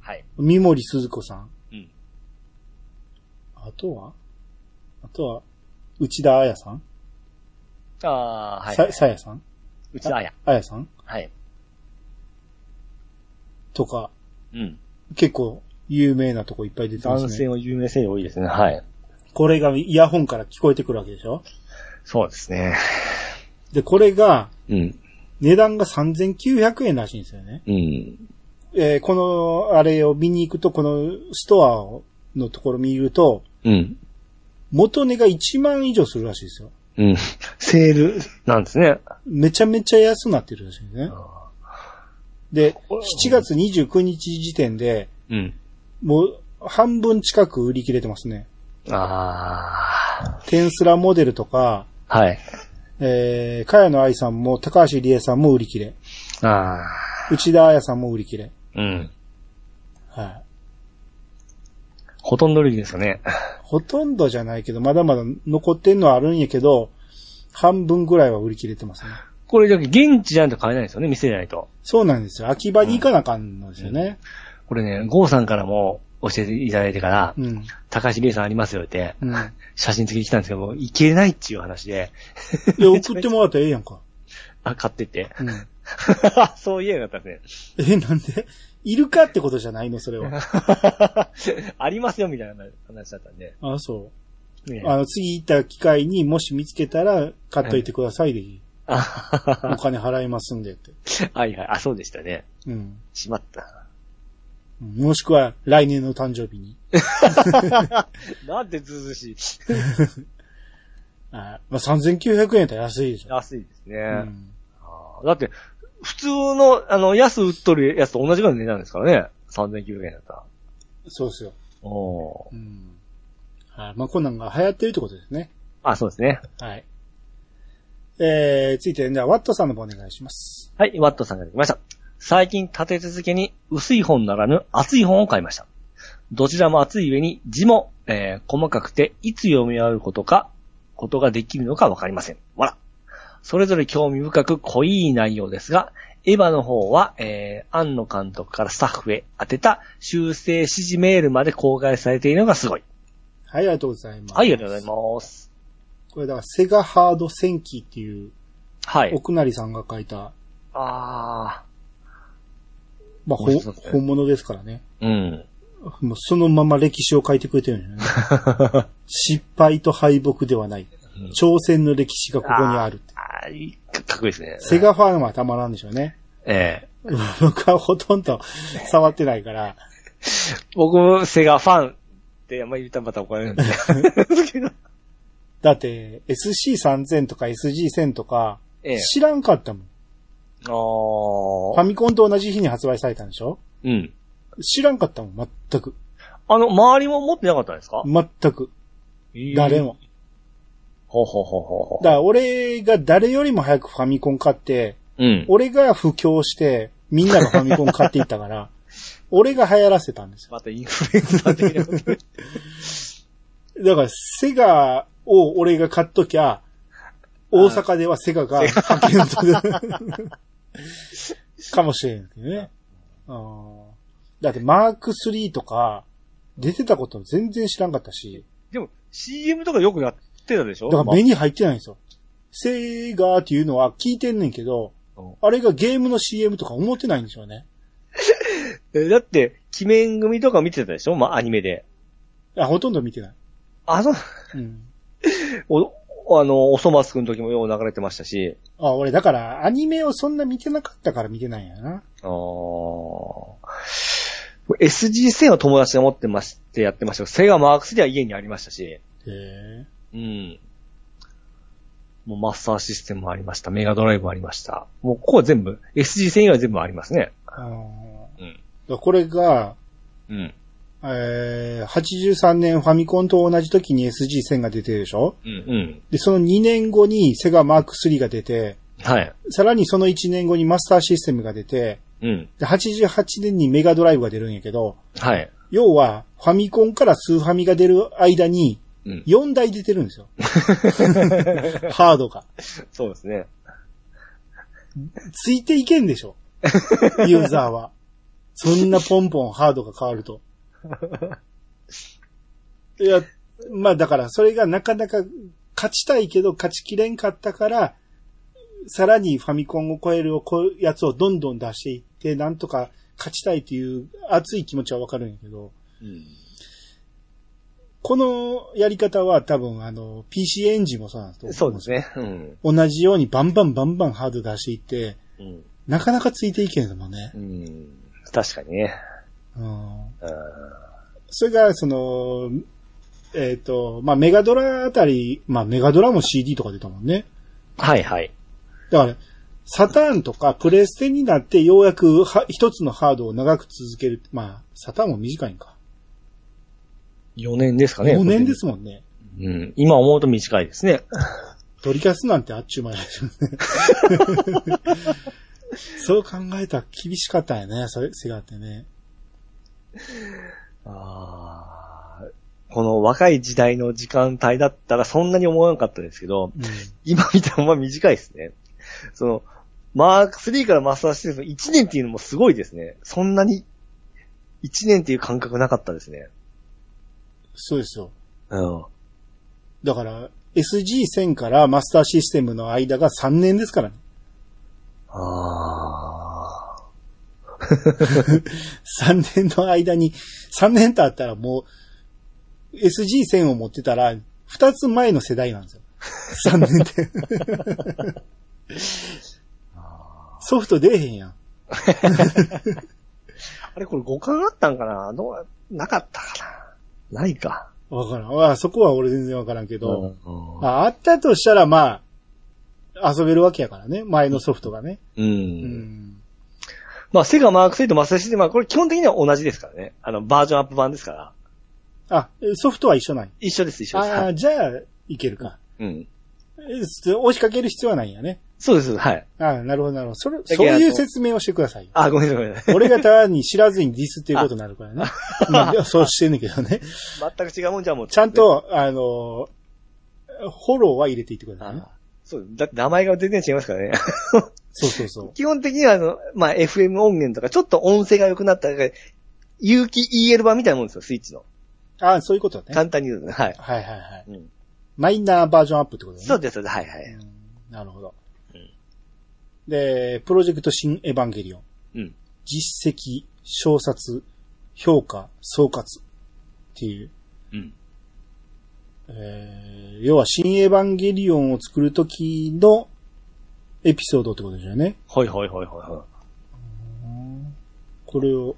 D: はい。
C: 三森鈴子さん。
D: うん
C: あとはあとは、内田彩さん、
D: ああ、はい。
C: さ、さやさん
D: うちのあや。
C: 彩さん
D: はい。
C: とか、
D: うん。
C: 結構有名なとこいっぱい出てま
D: 男
C: すね
D: 性。の有名性多いですね。はい。
C: これがイヤホンから聞こえてくるわけでしょ
D: そうですね。
C: で、これが、
D: うん。
C: 値段が3900円らしいんですよね。
D: うん。
C: えーこの、あれを見に行くと、このストアをのところ見ると、
D: うん。
C: 元値が1万以上するらしいですよ。
D: うん。セールなんですね。
C: めちゃめちゃ安くなってるらしいですね。で、7月29日時点で、
D: うん。
C: もう半分近く売り切れてますね。
D: あ
C: テンスラモデルとか、
D: あ。はい。
C: えー、かやの愛さんも、高橋理恵さんも売り切れ。
D: ああ。
C: 内田彩さんも売り切れ。
D: うん。
C: はい。
D: ほとんど類ですよね。
C: ほとんどじゃないけど、まだまだ残ってんのはあるんやけど、半分ぐらいは売り切れてますね。
D: これ、だけ現地じゃないと買えないですよね、店じゃないと。
C: そうなんですよ。秋葉に行かなあかんのですよね。
D: これね、ゴーさんからも教えていただいてから、
C: うん。
D: 高橋理恵さんありますよって、
C: うん。い
D: 写真付きに来たんですけども、行けないっていう話で、
C: や、送ってもらったらええやんか。
D: あ、買ってて。
C: うん。
D: そう言えなかったで
C: え、なんでいるかってことじゃないのそれは。
D: すね。 ありますよ、みたいな話だったんで。
C: あ、そ
D: ね
C: う。あの、次行った機会にもし見つけたら、買っといてくださいでいい。
D: あ
C: お金払いますんでって。
D: はいはい。あ、そうでしたね。
C: うん。
D: しま った。
C: うんもしくは、来年の誕生日に。
D: なんてずうずうしい。
C: あまあ、3900円やったら安いでしょ。
D: 安いですね。
C: うん。
D: あだって、普通の、あの、安売っとるやつと同じぐらいの値段ですからね。3900円だったら。
C: そうですよ。
D: お
C: う
D: ー
C: ん。はい。まあ、こんなんが流行ってるってことですね。
D: あ、そうですね。
C: はい。えー、ついて、じゃあ、ワットさんの方お願いします。
D: はい、ワットさんができました。最近立て続けに薄い本ならぬ厚い本を買いました。どちらも厚い上に字も、えー細かくていつ読み終わることか、ことができるのかわかりません。わら。それぞれ興味深く濃い内容ですが、エヴァの方は、えー、庵野監督からスタッフへ当てた修正指示メールまで公開されているのがすごい。
C: はい、ありがとうございます。
D: はい、ありがとうございます。
C: す。これだから、セガハード戦記っていう、
D: はい。
C: 奥成さんが書いた、
D: あ
C: まあ、ほ
D: 面白かったね
C: 本物ですからね。
D: ー。うん。
C: もうそのまま歴史を書いてくれてるんだよ ね。失敗と敗北ではない。挑戦の歴史がここにあるって。
D: あーいいかかっこいいですね。
C: セガファンはたまらんでしょうね。
D: ええ
C: 僕はほとんど触ってないから。
D: 僕もセガファンってあんまり言ったらまた怒ら れるんで。ですけど。
C: だって、SC3000 とか SG1000 とか、
D: ええ。
C: 知らんかったもん。
D: あ
C: ファ
D: あ。
C: ミコンと同じ日に発売されたんでしょ
D: うん。
C: 知らんかったもん、全く。
D: あの、周りも持ってなかったんですか
C: 全く。誰。も。
D: ほうほうほうほうほ
C: だから俺が誰よりも早くファミコン買って、
D: う。うん。
C: 俺が布教して、みんながファミコン買っていった から、俺が流行らせたんですよ。
D: またインフルエンザ的な ことで。
C: だから、セガを俺が買っときゃ、大阪ではセガが派遣されるかもしれんけどね。うんだって、マーク3とか、出てたこと全然知らんかったし、
D: でも、CM とかよくやってたでしょ
C: だから目に入ってないんですよ。セガっていうのは聞いてんねんけど
D: うん、
C: あれがゲームの CM とか思ってないんでしょうね。
D: えだって、鬼面組とか見てたでしょまあ、アニメで。
C: あ、ほとんど見てない。
D: あ、そう、
C: うん。
D: お、あの、おそ松くんの時もよう流れてましたし。
C: あ、俺だから、アニメをそんな見てなかったから見てないんやな。
D: ああ。SG 線は友達が持ってましてやってましたけど、セガマークスでは家にありましたし。
C: へえ。
D: うん。もうマスターシステムもありました。メガドライブもありました。もうここは全部、SG 線以外全部ありますね。
C: あのー
D: う
C: だ
D: ん
C: からこれが、
D: うん。
C: えー、83年ファミコンと同じ時に SG1000 が出てるでしょ
D: うん。うん。
C: で、その2年後にセガマーク3が出て、
D: はい。
C: さらにその1年後にマスターシステムが出て、
D: うん。
C: で、88年にメガドライブが出るんやけど、
D: はい。
C: 要は、ファミコンからスーファミが出る間に
D: うん、
C: 4台出てるんですよ。ハードが。
D: そうですね。
C: ついていけんでし ょ。ユーザーは。そんなポンポンハードが変わる と。いや、まあだからそれがなかなか勝ちたいけど勝ちきれんかったから、さらにファミコンを超えるを超えるやつをどんどん出していって、なんとか勝ちたいという熱い気持ちはわかるんやけど、
D: うん。
C: このやり方は多分あの PC エンジンもそうなんですけど
D: そうですね。うん。
C: 同じようにバンバンバンバンハード出していって、
D: うん。
C: なかなかついていけんのもんね。
D: うん。確かにね。
C: うん
D: うん
C: それが、その、えっ、と、まあ、メガドラあたり、まあ、メガドラも CD とか出たもんね。
D: はいはい。
C: だから、サターンとかプレステになってようやくは一つのハードを長く続ける。まあ、サターンも短いんか。
D: 4年ですかね。
C: 5年ですもんね。
D: うん。今思うと短いですね。
C: ドリキャスなんてあっちゅう前 ですよね。そう考えたら厳しかったんやね、それ、セガってね。
D: ああ。この若い時代の時間帯だったらそんなに思わなかったですけど、
C: うん。
D: 今見たのは短いですね。その、マーク3からマスターシリーズの1年っていうのもすごいですね。そんなに、1年っていう感覚なかったですね。
C: そうですよ。
D: うん。
C: だから、SG1000 からマスターシステムの間が3年ですからね。
D: あ
C: 3年の間に、3年経ったらもう、SG1000 を持ってたら、2つ前の世代なんです よ。3年って。ソフト出えへんやん。
D: あ。あれこれ五感あったんかなどう、なかったかなないか。
C: わからん。あそこは俺全然わからんけど、
D: うん
C: まあ、あったとしたらまあ、遊べるわけやからね、前のソフトがね。
D: う。
C: うんん。
D: まあ、セガマーク3とマスターシステムは、これ基本的には同じですからね。あの、バージョンアップ版ですから。
C: あ、ソフトは一緒ない。
D: 一緒です、一緒です。
C: あ
D: は
C: あ、
D: い、
C: じゃあ、いけるか。
D: うん。
C: え押しかける必要はないんやね。
D: そうです、はい。
C: ああ、なるほど、なるほど。それ、
D: け
C: そう
D: あ
C: いう
D: の
C: 説明をしてくださいよ。
D: あ、ごめんなさい、ごめんなさ い。
C: 俺が単に知らずにディスっていうことになるからね。まあ、そうしてんねんけど ね。
D: 全く違うもんじゃもう。
C: ちゃん。と、あの、フォローは入れていってくださいね。
D: あそう、だって名前が全然違いますからね。
C: そうそうそう。
D: 基本的には、あの、まあ、FM 音源とか、ちょっと音声が良くなった、有機 EL 版みたいなもんですよ、スイッチの。
C: ああ、そういうことね。はい
D: 簡単に言うとね、はい。
C: はいはい。
D: うん
C: マイナーバージョンアップってことね。
D: そうです、そうです、はいはい。
C: うんなるほど。で、プロジェクト新エヴァンゲリオン。
D: うん
C: 実績、小冊、評価、総括っていう。
D: うん
C: えー要は新エヴァンゲリオンを作るときのエピソードってことですよね。
D: ほいほいほいほいほい。
C: これを、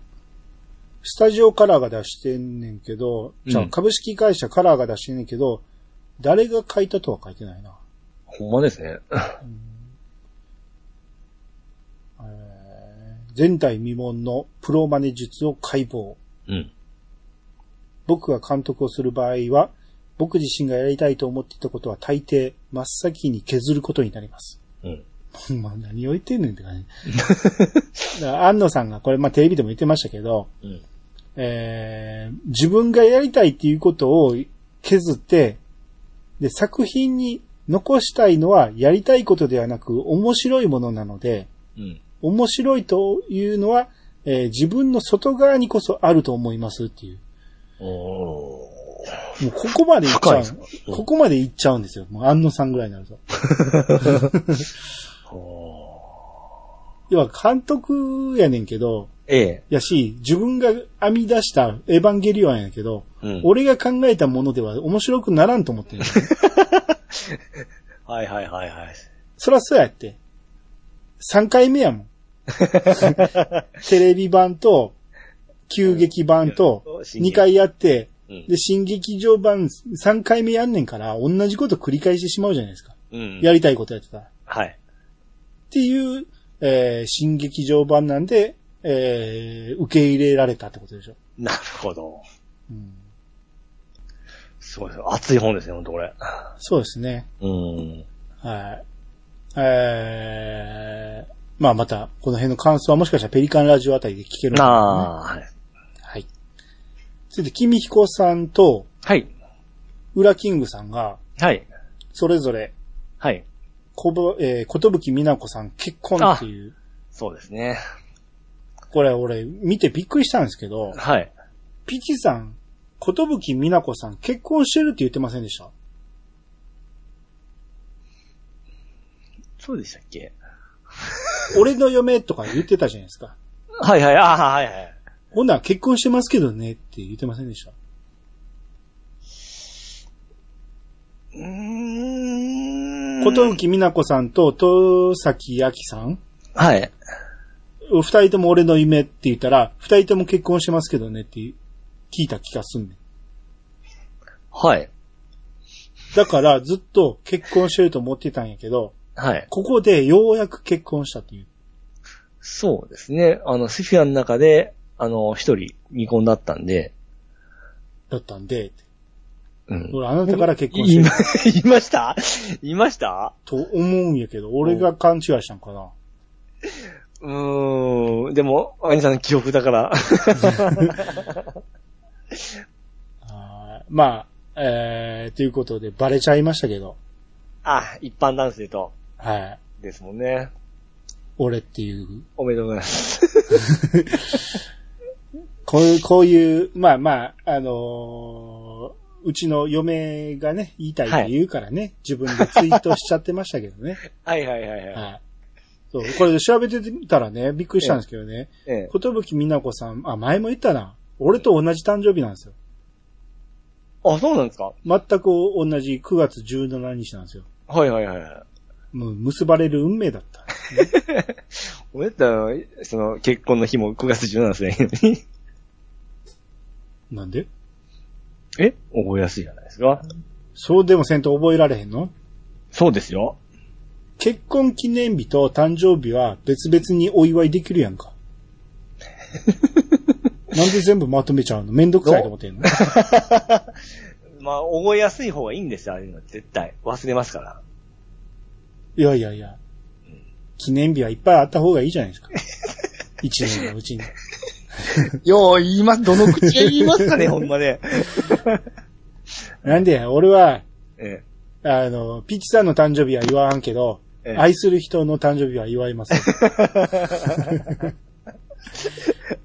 C: スタジオカラーが出してんねんけど、じゃあ
D: うん
C: 株式会社カラーが出してんねんけど、誰が書いたとは書いてないな。
D: ほんまですね。
C: えー前代未聞のプロマネ術を解剖。
D: うん。
C: 僕が監督をする場合は、僕自身がやりたいと思っていたことは大抵、真っ先に削ることになります。
D: う ん。
C: まあ何を言ってんねんって感じ。 だから安野さんがこれ、まあテレビでも言ってましたけど、
D: うん
C: えー自分がやりたいっていうことを削って、で、作品に残したいのはやりたいことではなく面白いものなので、
D: うん。
C: 面白いというのは、えー自分の外側にこそあると思いますっていう。
D: おー。
C: もうここまでいっちゃ
D: 深いで
C: う。ここまでいっちゃうんですよ。もう安野さんぐらいになると。要は監督やねんけど、
D: ええ。
C: やし、自分が編み出したエヴァンゲリオンやねんけど、
D: うん
C: 俺が考えたものでは面白くならんと思 ってる。
D: はいはいはいはい。
C: そらそうやって。3回目や もん。テレビ版と、急激版と、2回やって、
D: うん
C: で、新劇場版3回目やんねんから、同じこと繰り返してしまうじゃないですか。
D: うん。
C: やりたいことやってたら。っ
D: はい。
C: ていう、えー新劇場版なんで、えー受け入れられたってことでしょ。
D: なるほど。
C: うん、
D: すごいですよ。熱い本ですね、ほんとこれ。
C: そうですね。
D: うん。
C: はい。えー、まあまた、この辺の感想はもしかしたらペリカンラジオあたりで聞けるの
D: な
C: かな
D: あ、はい。
C: はい。それで、君彦さんと、
D: はい。
C: 裏キングさんが、
D: はい。
C: それぞれ、
D: はい。
C: こぶ、えー、ことぶきみなこさん結婚っていう、
D: そうですね。
C: これ俺見てびっくりしたんですけど、
D: はい。
C: ピチさん、ことぶきみなこさん結婚してるって言ってませんでした
D: そうでしたっけ
C: 俺の嫁とか言ってたじゃないですか。
D: はいはい、ああ、はいはい。
C: ほんなら結婚してますけどねって言ってませんでした。
D: うーん。
C: ことぶきみなこさんと、とさきあきさん
D: はい。
C: 二人とも俺の夢って言ったら、二人とも結婚してますけどねって聞いた気がすんねん。
D: はい。
C: だからずっと結婚してると思ってたんやけど、
D: はい。
C: ここでようやく結婚したっていう。
D: そうですね。あの、スフィアの中で、あの、一人未婚だったんで、
C: だったんで、
D: うん。
C: 俺あなたから結婚し
D: い
C: て
D: ま
C: る、
D: いましたいました
C: と思うんやけど、俺が勘違いしたんかな。
D: うーん。でも、アニさんの記憶だから。
C: あーまあ、えー、ということでバレちゃいましたけど、
D: あ、一般男性と、
C: はい。
D: ですもんね。
C: 俺っていう。
D: おめでとうございます。
C: こういう、こういう、まあまあ、あのーうちの嫁がね、言いたいって言うからね、自分でツイートしちゃってましたけどね。
D: はいはいはいはい。
C: はい。そう、これで調べてみたらね、びっくりしたんですけどね、
D: ええ、
C: ことぶきみなこさん、あ、前も言ったな。俺と同じ誕生日なんですよ。
D: あ、そうなんですか
C: 全く同じ9月17日なんですよ。
D: はいはいはいはい。
C: もう結ばれる運命だった。
D: 俺だったら、その、結婚の日も9月17日ですね。
C: なんで
D: え覚えやすいじゃないですか。
C: そうでもせんと覚えられへんの
D: そうですよ。
C: 結婚記念日と誕生日は別々にお祝いできるやんか。なんで全部まとめちゃうのめんどくさいと思ってんの
D: まあ、覚えやすい方がいいんですよ、ああいうの絶対。忘れますから。
C: いやいやいや。記念日はいっぱいあった方がいいじゃないですか。一年のうちに。
D: よう言います、どの口が言いますかね、ほんまね。
C: なんで、俺は、
D: え
C: あの、ピッチさんの誕生日は祝わんけど、
D: ええ
C: 愛する人の誕生日は祝いますよ。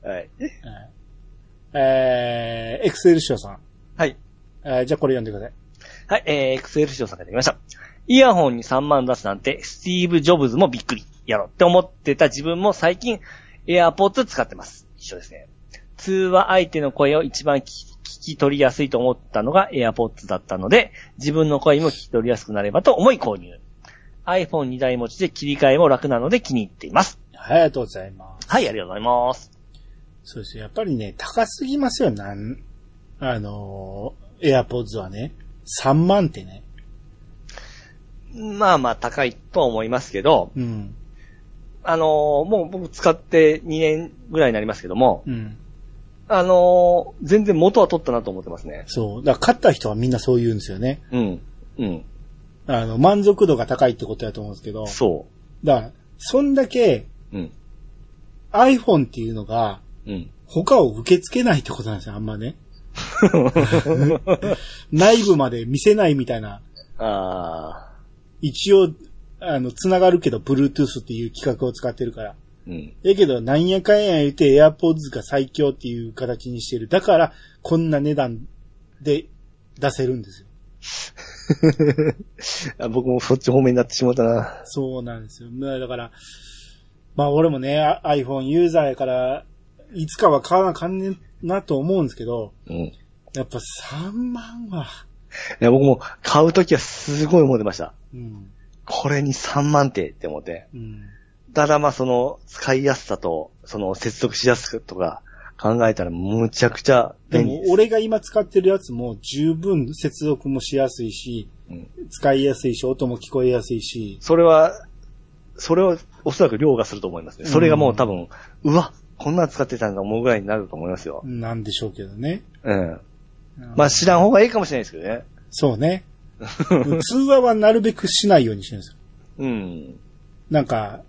D: えはい。
C: えー、エクセル賞さん。
D: はい。
C: えーじゃあこれ読んでください。
D: はい、えー、XL 賞さんからいただきました。イヤホンに3万出すなんて、スティーブ・ジョブズもびっくりやろって思ってた自分も最近、AirPods 使ってます。一緒ですね。通話相手の声を一番聞き聞き取りやすいと思ったのが AirPods だったので、自分の声も聞き取りやすくなればと思い購入。iPhone2 台持ちで切り替えも楽なので気に入っています。
C: はい、ありがとうございます。
D: はい、ありがとうございます。
C: そうですよやっぱりね、高すぎますよ、なん、あのー、エアポッズはね。3万ってね。
D: まあまあ高いとは思いますけど、
C: うん。
D: あのーもう僕使って2年ぐらいになりますけども、
C: うん。
D: あのー全然元は取ったなと思ってますね。
C: そう。だから勝った人はみんなそう言うんですよね。
D: うん。うん。
C: あの、満足度が高いってことだと思うんですけど。
D: そ
C: だから、そんだけ
D: う。うん。
C: iPhone っていうのが
D: うん。
C: 他を受け付けないってことなんですよ、あんまね。内部まで見せないみたいな。
D: あ
C: 一応、あの、繋がるけど Bluetooth っていう企画を使ってるから。
D: ー。うん。
C: ええけど、なんやかんや言うて AirPods が最強っていう形にしてる。だから、こんな値段で出せるんですよ。
D: あ僕もそっち方面になってしまったな。
C: そうなんですよ。まあだから、まあ俺もね、あ iPhone ユーザーやから、いつかは買わなあかんねんなと思うんですけど、
D: うん。い
C: やっぱ3万は、
D: や、僕も買うときはすごい思ってました。
C: うん、
D: これに3万点って思って。
C: うん、
D: ただまあその使いやすさと、その接続しやすさとか考えたらむちゃくちゃ
C: で
D: 便利
C: も
D: です。
C: 俺が今使ってるやつも十分接続もしやすいし、
D: うん
C: 使いやすいし、音も聞こえやすいし、
D: それは、それをおそらく凌駕すると思いますね。それがもう多分、うわ、こんなの使ってたんだ思うぐらいになると思いますよ。
C: なんでしょうけどね。
D: うん。
C: うん
D: まあ知らん方がいいかもしれないですけどね。
C: そうね。通話はなるべくしないようにしてるんですよ。
D: うん。
C: なんか、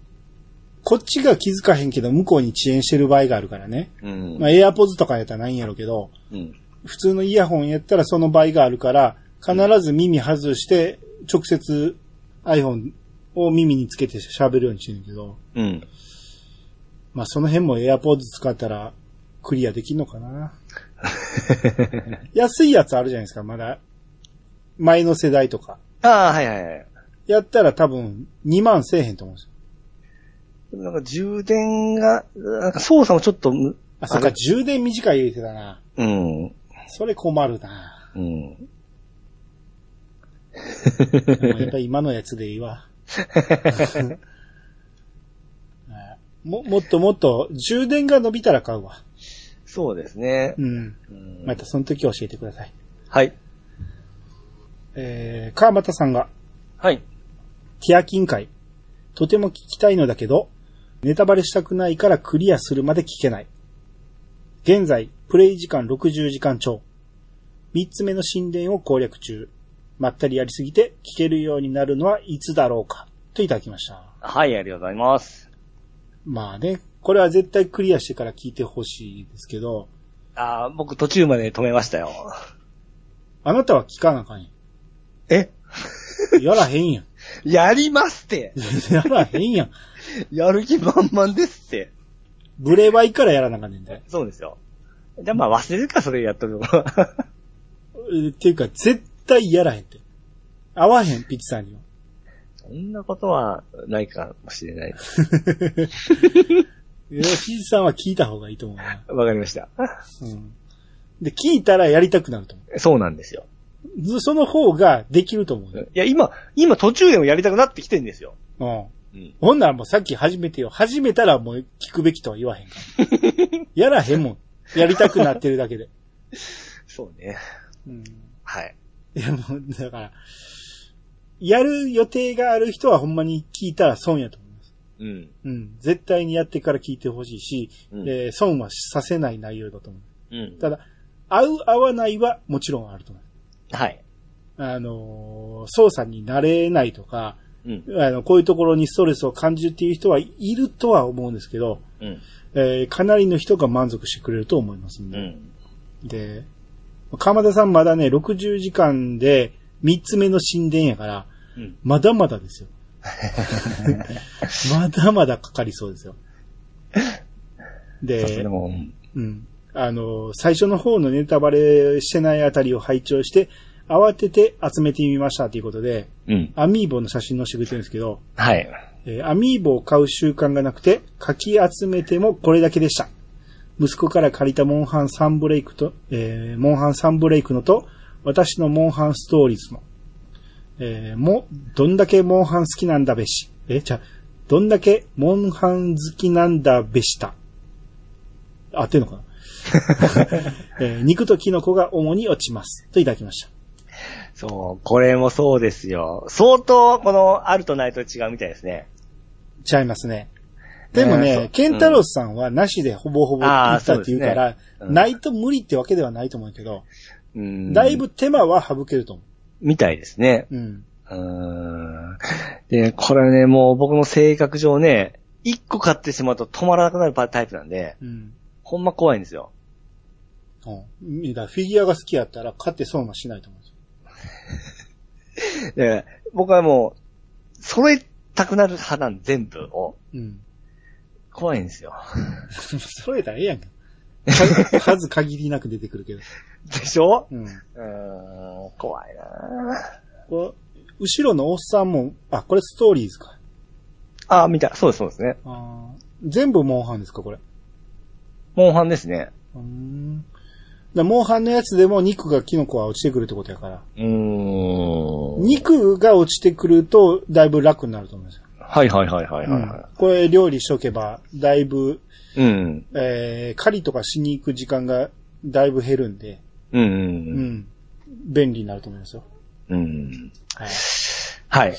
C: こっちが気づかへんけど向こうに遅延してる場合があるからね。
D: うん。
C: まあ、エアポズとかやったらないんやろうけど、
D: うん。
C: 普通のイヤホンやったらその場合があるから、必ず耳外して、直接 iPhone を耳につけて喋るようにしてるんやけど、
D: うん。
C: まあ、その辺もエアポーズ使ったら、クリアできんのか な安いやつあるじゃないですか、まだ。前の世代とか。
D: ああ、はいはいはい。
C: やったら多分、2万せえへんと思うんですよ。
D: でもなんか充電が、なんか操作もちょっとむ、
C: あ、そっ
D: あ
C: か、
D: れ
C: 充電短い入れてたな。
D: うん。
C: それ困るな。
D: うん。
C: でもやっぱり今のやつでいいわ。も、もっともっと、充電が伸びたら買うわ。
D: そうですね
C: う。ん。
D: うん
C: またその時教えてください。
D: はい。
C: えー、川又さんが、
D: はい。
C: ティアキン会。とても聞きたいのだけど、ネタバレしたくないからクリアするまで聞けない。現在、プレイ時間60時間超。3つ目の神殿を攻略中。まったりやりすぎて聞けるようになるのはいつだろうか。といただきました。
D: はい、ありがとうございます。
C: まあね、これは絶対クリアしてから聞いてほしいですけど、
D: ああ、僕途中まで止めましたよ。
C: あなたは聞かなあかんや
D: え
C: ん。やらへんや ん。
D: やりますって
C: やらへんやん。
D: やる気満々ですって。
C: ブレワイからやらなあかんねんで。
D: そうですよ。じゃあまあ忘れるか、それやっとるの。
C: えっていうか、絶対やらへんって。合わへん、ピッチさんには。
D: そんなことはないかもしれない。
C: いやピッチさんは聞いた方がいいと思うな。
D: わかりました。
C: うん。で、聞いたらやりたくなると思
D: そうなんですよ。
C: うず。その方ができると思うね。
D: いや、今、今途中でもやりたくなってきてんですよ。
C: うん。
D: うん。
C: ほんならもうさっき始めてよ。始めたらもう聞くべきとは言わへんから。 やらへんもん。やりたくなってるだけで。
D: そうね。
C: うん。
D: はい。
C: いやもう、だから、やる予定がある人はほんまに聞いたら損やと思います。
D: うん。
C: うん。絶対にやってから聞いてほしいし、
D: うん
C: えー損はさせない内容だと思
D: うん
C: う。。ただ、合う合わないはもちろんあると思う。
D: はい。
C: あのー操作に慣れないとか、
D: うん。
C: あの、こういうところにストレスを感じるっていう人はいるとは思うんですけど、
D: うん。
C: えーかなりの人が満足してくれると思いますん
D: う
C: で。
D: ん。
C: で、鎌田さんまだね、60時間で3つ目の神殿やから、
D: うん
C: まだまだです よ。まだまだかかりそうですよ。
D: そうです
C: で
D: ね、、もううん。
C: うん。あの、最初の方のネタバレしてないあたりを拝聴して、慌てて集めてみましたということで、
D: うん。
C: アミーボの写真載せてくれてるんですけど、
D: はい。
C: えーアミーボを買う習慣がなくて、かき集めてもこれだけでした。息子から借りたモンハンサンブレイクと、えーモンハンサンブレイクのと、私のモンハンストーリーズの、えーも、どんだけモンハン好きなんだべし、え、じゃあ、どんだけモンハン好きなんだべした。あ、ってんのかな、 えー肉とキノコが主に落ちます。といただきました。
D: そう、これもそうですよ。相当、この、あるとないと違うみたいですね。
C: ちゃいますね。でも
D: えーそ
C: ね
D: う、
C: ケンタロスさんはなしでほぼほぼ行ったって言うから、
D: あーそうですねうん
C: ないと無理ってわけではないと思うけど、
D: うん。
C: だいぶ手間は省けると思
D: みたいですね。
C: う。うん。
D: うーん。で、これね、もう僕の性格上ね、一個買ってしまうと止まらなくなるタイプなんで、
C: うん。
D: ほんま怖いんですよ。
C: うん、だからフィギュアが好きやったら勝って損はしないと思うんですよ。
D: で、僕はもう、揃えたくなる派なんで全部を。
C: うん。
D: 怖いんですよ。
C: 揃えたらええやんか。 数数限りなく出てくるけど。
D: でしょ
C: うん。
D: うーん、怖いな
C: こう後ろのおっさんも、あ、これストーリーズか。
D: ああ、見た。そうです、そうですね。
C: あー全部モンハンですか、これ。
D: モンハンですね。
C: うーん。だからモンハンのやつでも肉がキノコは落ちてくるってことやから。
D: うーん。
C: 肉が落ちてくると、だいぶ楽になると思うんですよ。
D: はいはいはいはいはい
C: うん
D: は
C: これ料理しとけば、だいぶ、
D: い。うん。
C: えー、狩りとかしに行く時間がだいぶ減るんで、
D: うん。う。
C: うんん。便利になると思いますよ。
D: うん。
C: はい。
D: はい。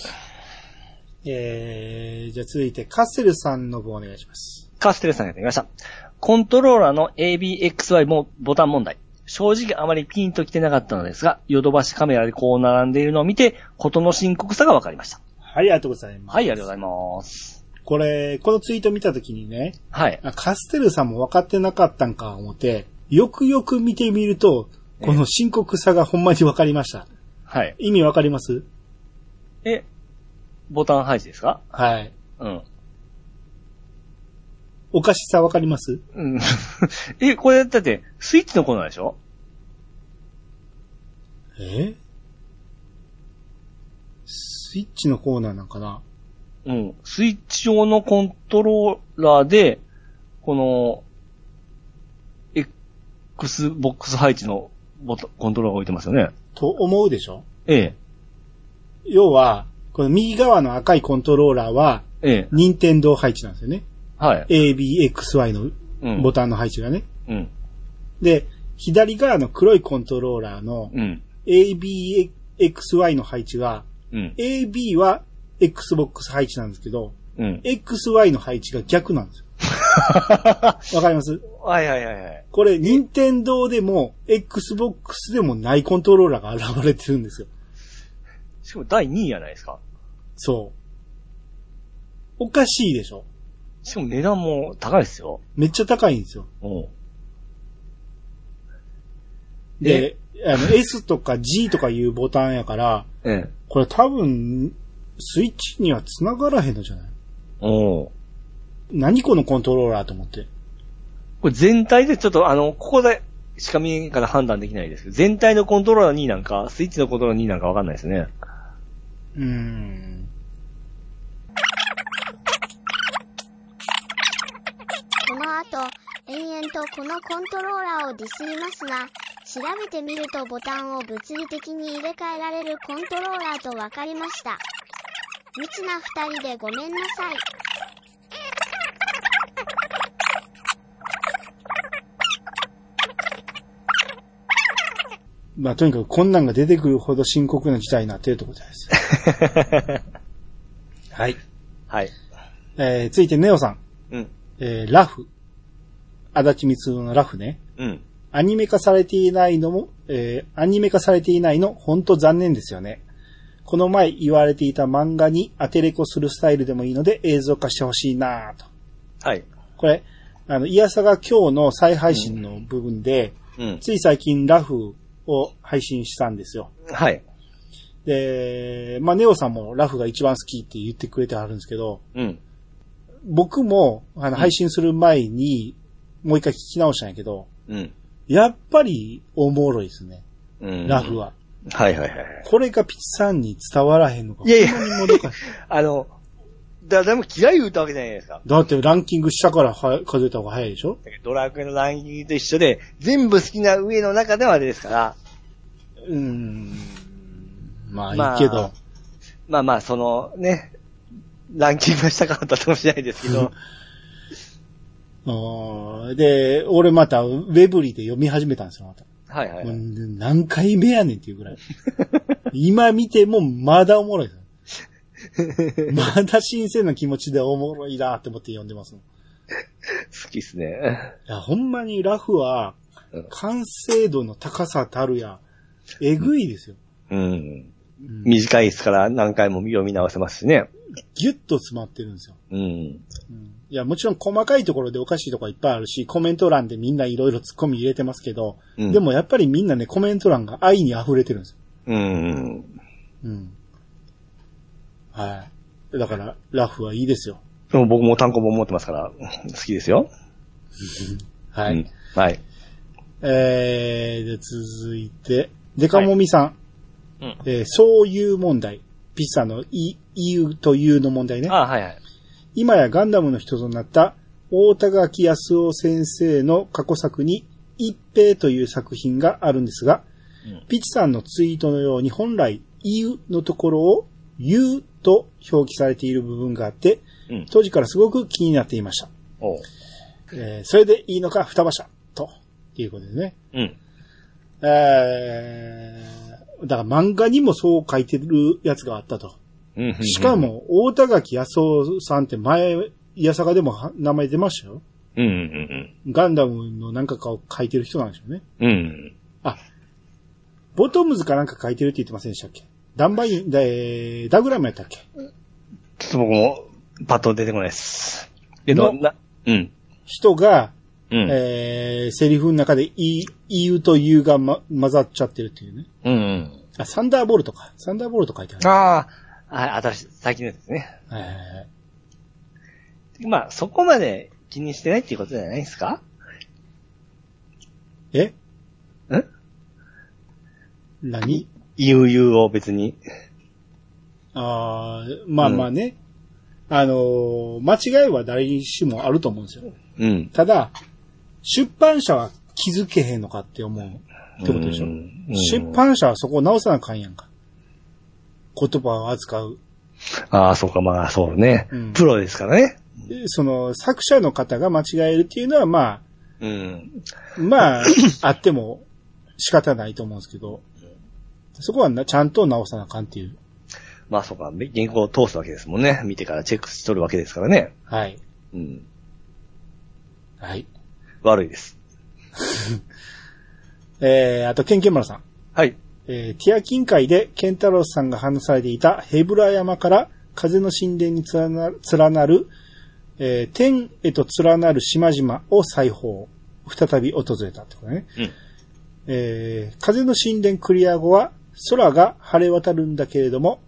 C: えー、じゃあ続いて、カッセルさんの方お願いします。
D: カステルさんがやってきました。コントローラーの ABXY もボタン問題。正直あまりピンと来てなかったのですが、ヨドバシカメラでこう並んでいるのを見て、ことの深刻さが分かりました。
C: はい、ありがとうございます。
D: はい、ありがとうございます。
C: これ、このツイート見たときにね、
D: はい。
C: あカステルさんも分かってなかったんか思って、よくよく見てみると、この深刻さがほんまに分かりました。
D: はい。
C: 意味分かります
D: え、ボタン配置ですか
C: はい。
D: うん。
C: おかしさ分かります
D: うん。 え、これだって、スイッチのコーナーでしょ
C: えスイッチのコーナーなんかな
D: うん。スイッチ用のコントローラーで、この、Xbox 配置のボタン、コントローラーが置いてますよね。
C: と思うでしょ
D: ええ。
C: 要は、この右側の赤いコントローラーは、
D: ええ。
C: 任天堂配置なんですよね。
D: はい。
C: A, B, X, Y の
D: うん
C: ボタンの配置がね。
D: うん。
C: で、左側の黒いコントローラーの
D: うん。
C: A, B, X, Y の配置は、
D: うん。
C: A, B は Xbox 配置なんですけど、
D: うん。
C: X, Y の配置が逆なんですよ。わかります
D: はいはいはいはい。
C: これ、任天堂でも、Xbox でもないコントローラーが現れてるんですよ。
D: しかも第2位やないですか。
C: そう。おかしいでしょ
D: しかも値段も高いですよ。
C: めっちゃ高いんですよ。
D: うん。
C: で、あの、S とか G とかいうボタンやから、
D: ええ。
C: これ多分、スイッチには繋がらへんのじゃない
D: お
C: 何このコントローラーと思って。
D: これ全体でちょっとあの、ここでしか見えんから判断できないですけど、全体のコントローラー2なんか、スイッチのコントローラー2なんかわかんないですね。
C: うーん。
E: この後、延々とこのコントローラーをディスりますが、調べてみるとボタンを物理的に入れ替えられるコントローラーと分かりました。無知な二人でごめんなさい。
C: まあ、とにかくこんなんが出てくるほど深刻な事態になっているということです。はい。
D: はい。
C: えー、ついてネオさん。
D: うん。
C: えー、ラフ。足立光雄のラフね。
D: うん。
C: アニメ化されていないのも、えー、アニメ化されていないの、ほんと残念ですよね。この前言われていた漫画にアテレコするスタイルでもいいので映像化してほしいなぁと。
D: はい。
C: これ、あの、イヤサが今日の再配信の部分で、
D: うん。
C: つい最近ラフを配信したんですよ。
D: はい。
C: で、まあ、ネオさんもラフが一番好きって言ってくれてはるんですけど、
D: うん。
C: 僕も、あの、配信する前に、もう一回聞き直したんやけど、
D: うん。
C: やっぱり、おもろいですね。
D: うん。
C: ラフは。
D: はいはいはい。
C: これがピッチさんに伝わらへんのか
D: い。やいや、あの、だ誰も嫌い言うたわけじゃないですか。
C: だってランキング下からは数えた方が早いでしょ
D: だけどドラクエのランキングと一緒で、全部好きな上の中ではあれですから、
C: うーん。ま
D: ま
C: あ、い
D: あ
C: いけど。
D: まあまあ、そのね、ランキングはしたかったかもしれないですけ ど、
C: あーで、俺また、ウェブリーで読み始めたんですよ、また。
D: はいはい
C: も
D: は
C: う
D: い。
C: 何回目やねんっていうぐらい。 今見てもまだおもろい です。まだ新鮮な気持ちでおもろいなって思って読んでますもん。
D: 好きっすね。
C: いや、ほんまにラフは
D: うん、
C: 完成度の高さたるや、えぐいですよ。
D: うん。
C: うん
D: 短いですから何回も読み直せますしね。
C: ギュッと詰まってるんですよ。
D: うん。
C: うんいや、もちろん細かいところでおかしいところいっぱいあるし、コメント欄でみんないろいろ突っ込み入れてますけど、
D: うん
C: でもやっぱりみんなね、コメント欄が愛に溢れてるんですよ。
D: うん。
C: うん。はい。だから、ラフはいいですよ。
D: でも僕も単行本持ってますから、好きですよ。
C: はい。
D: うん。はい。
C: えー、で、続いて、デカモミさん。
D: はいうん
C: えーそういう問題。ピッサのい、いうというの問題ね。
D: あはいはい。
C: 今やガンダムの人となった、大田垣康夫先生の過去作に、一平という作品があるんですが、
D: うん
C: ピチさんのツイートのように本来、いうのところを、言うと表記されている部分があって、
D: うん
C: 当時からすごく気になっていました。
D: おう。
C: えーそれでいいのか、双葉社、ということですね。
D: うん。
C: えー、だから漫画にもそう書いてるやつがあったと。
D: うん
C: しか、も、大田垣康夫さんって前、いやさかでもは名前出ましたよ。
D: うんうん
C: ガンダムのなんかを書いてる人なんでしょうね。
D: うん。うん。
C: ボトムズかなんか書いてるって言ってませんでしたっけダンバイン、でダグラムやったっけ
D: ちょっと僕も、パッと出てこないです。けど、
C: の
D: な、うん。
C: 人が、
D: うん。
C: えー、セリフの中で、い、いうというが、ま、混ざっちゃってるっていうね。
D: うんうん。
C: あ、サンダーボルトか。サンダーボルト書いてある。
D: ああ、あ新しい、最近のやつですね。
C: はいはいはい
D: まあ、そこまで気にしてないっていうことじゃないですか
C: え
D: え
C: 何
D: 悠々を別に。
C: ああ、まあまあね。あのー間違いは誰にしもあると思うんですよ。
D: うん。
C: ただ、出版社は気づけへんのかって思うってことでしょ
D: う。ん
C: 出版社はそこを直さなあかんやんか。言葉を扱う。
D: ああ、そうか、まあ、そうね
C: うん。
D: プロですからね。
C: えその、作者の方が間違えるっていうのは、ま
D: うん。
C: あ、 まあ、あっても仕方ないと思うんですけど、そこはなちゃんと直さなあかんっていう。
D: まあ、そうか、め原稿を通すわけですもんね。見てからチェックしとるわけですからね。
C: はい。
D: うん。
C: はい。
D: 悪いです。
C: えー、あと、ケンケンマラさん。
D: はい。
C: えーティア近海でケンタロウさんが話されていたヘブラ山から風の神殿に連なる、連なるえー天へと連なる島々を再訪、再び訪れたってことね。
D: うん
C: えー風の神殿クリア後は空が晴れ渡るんだけれども、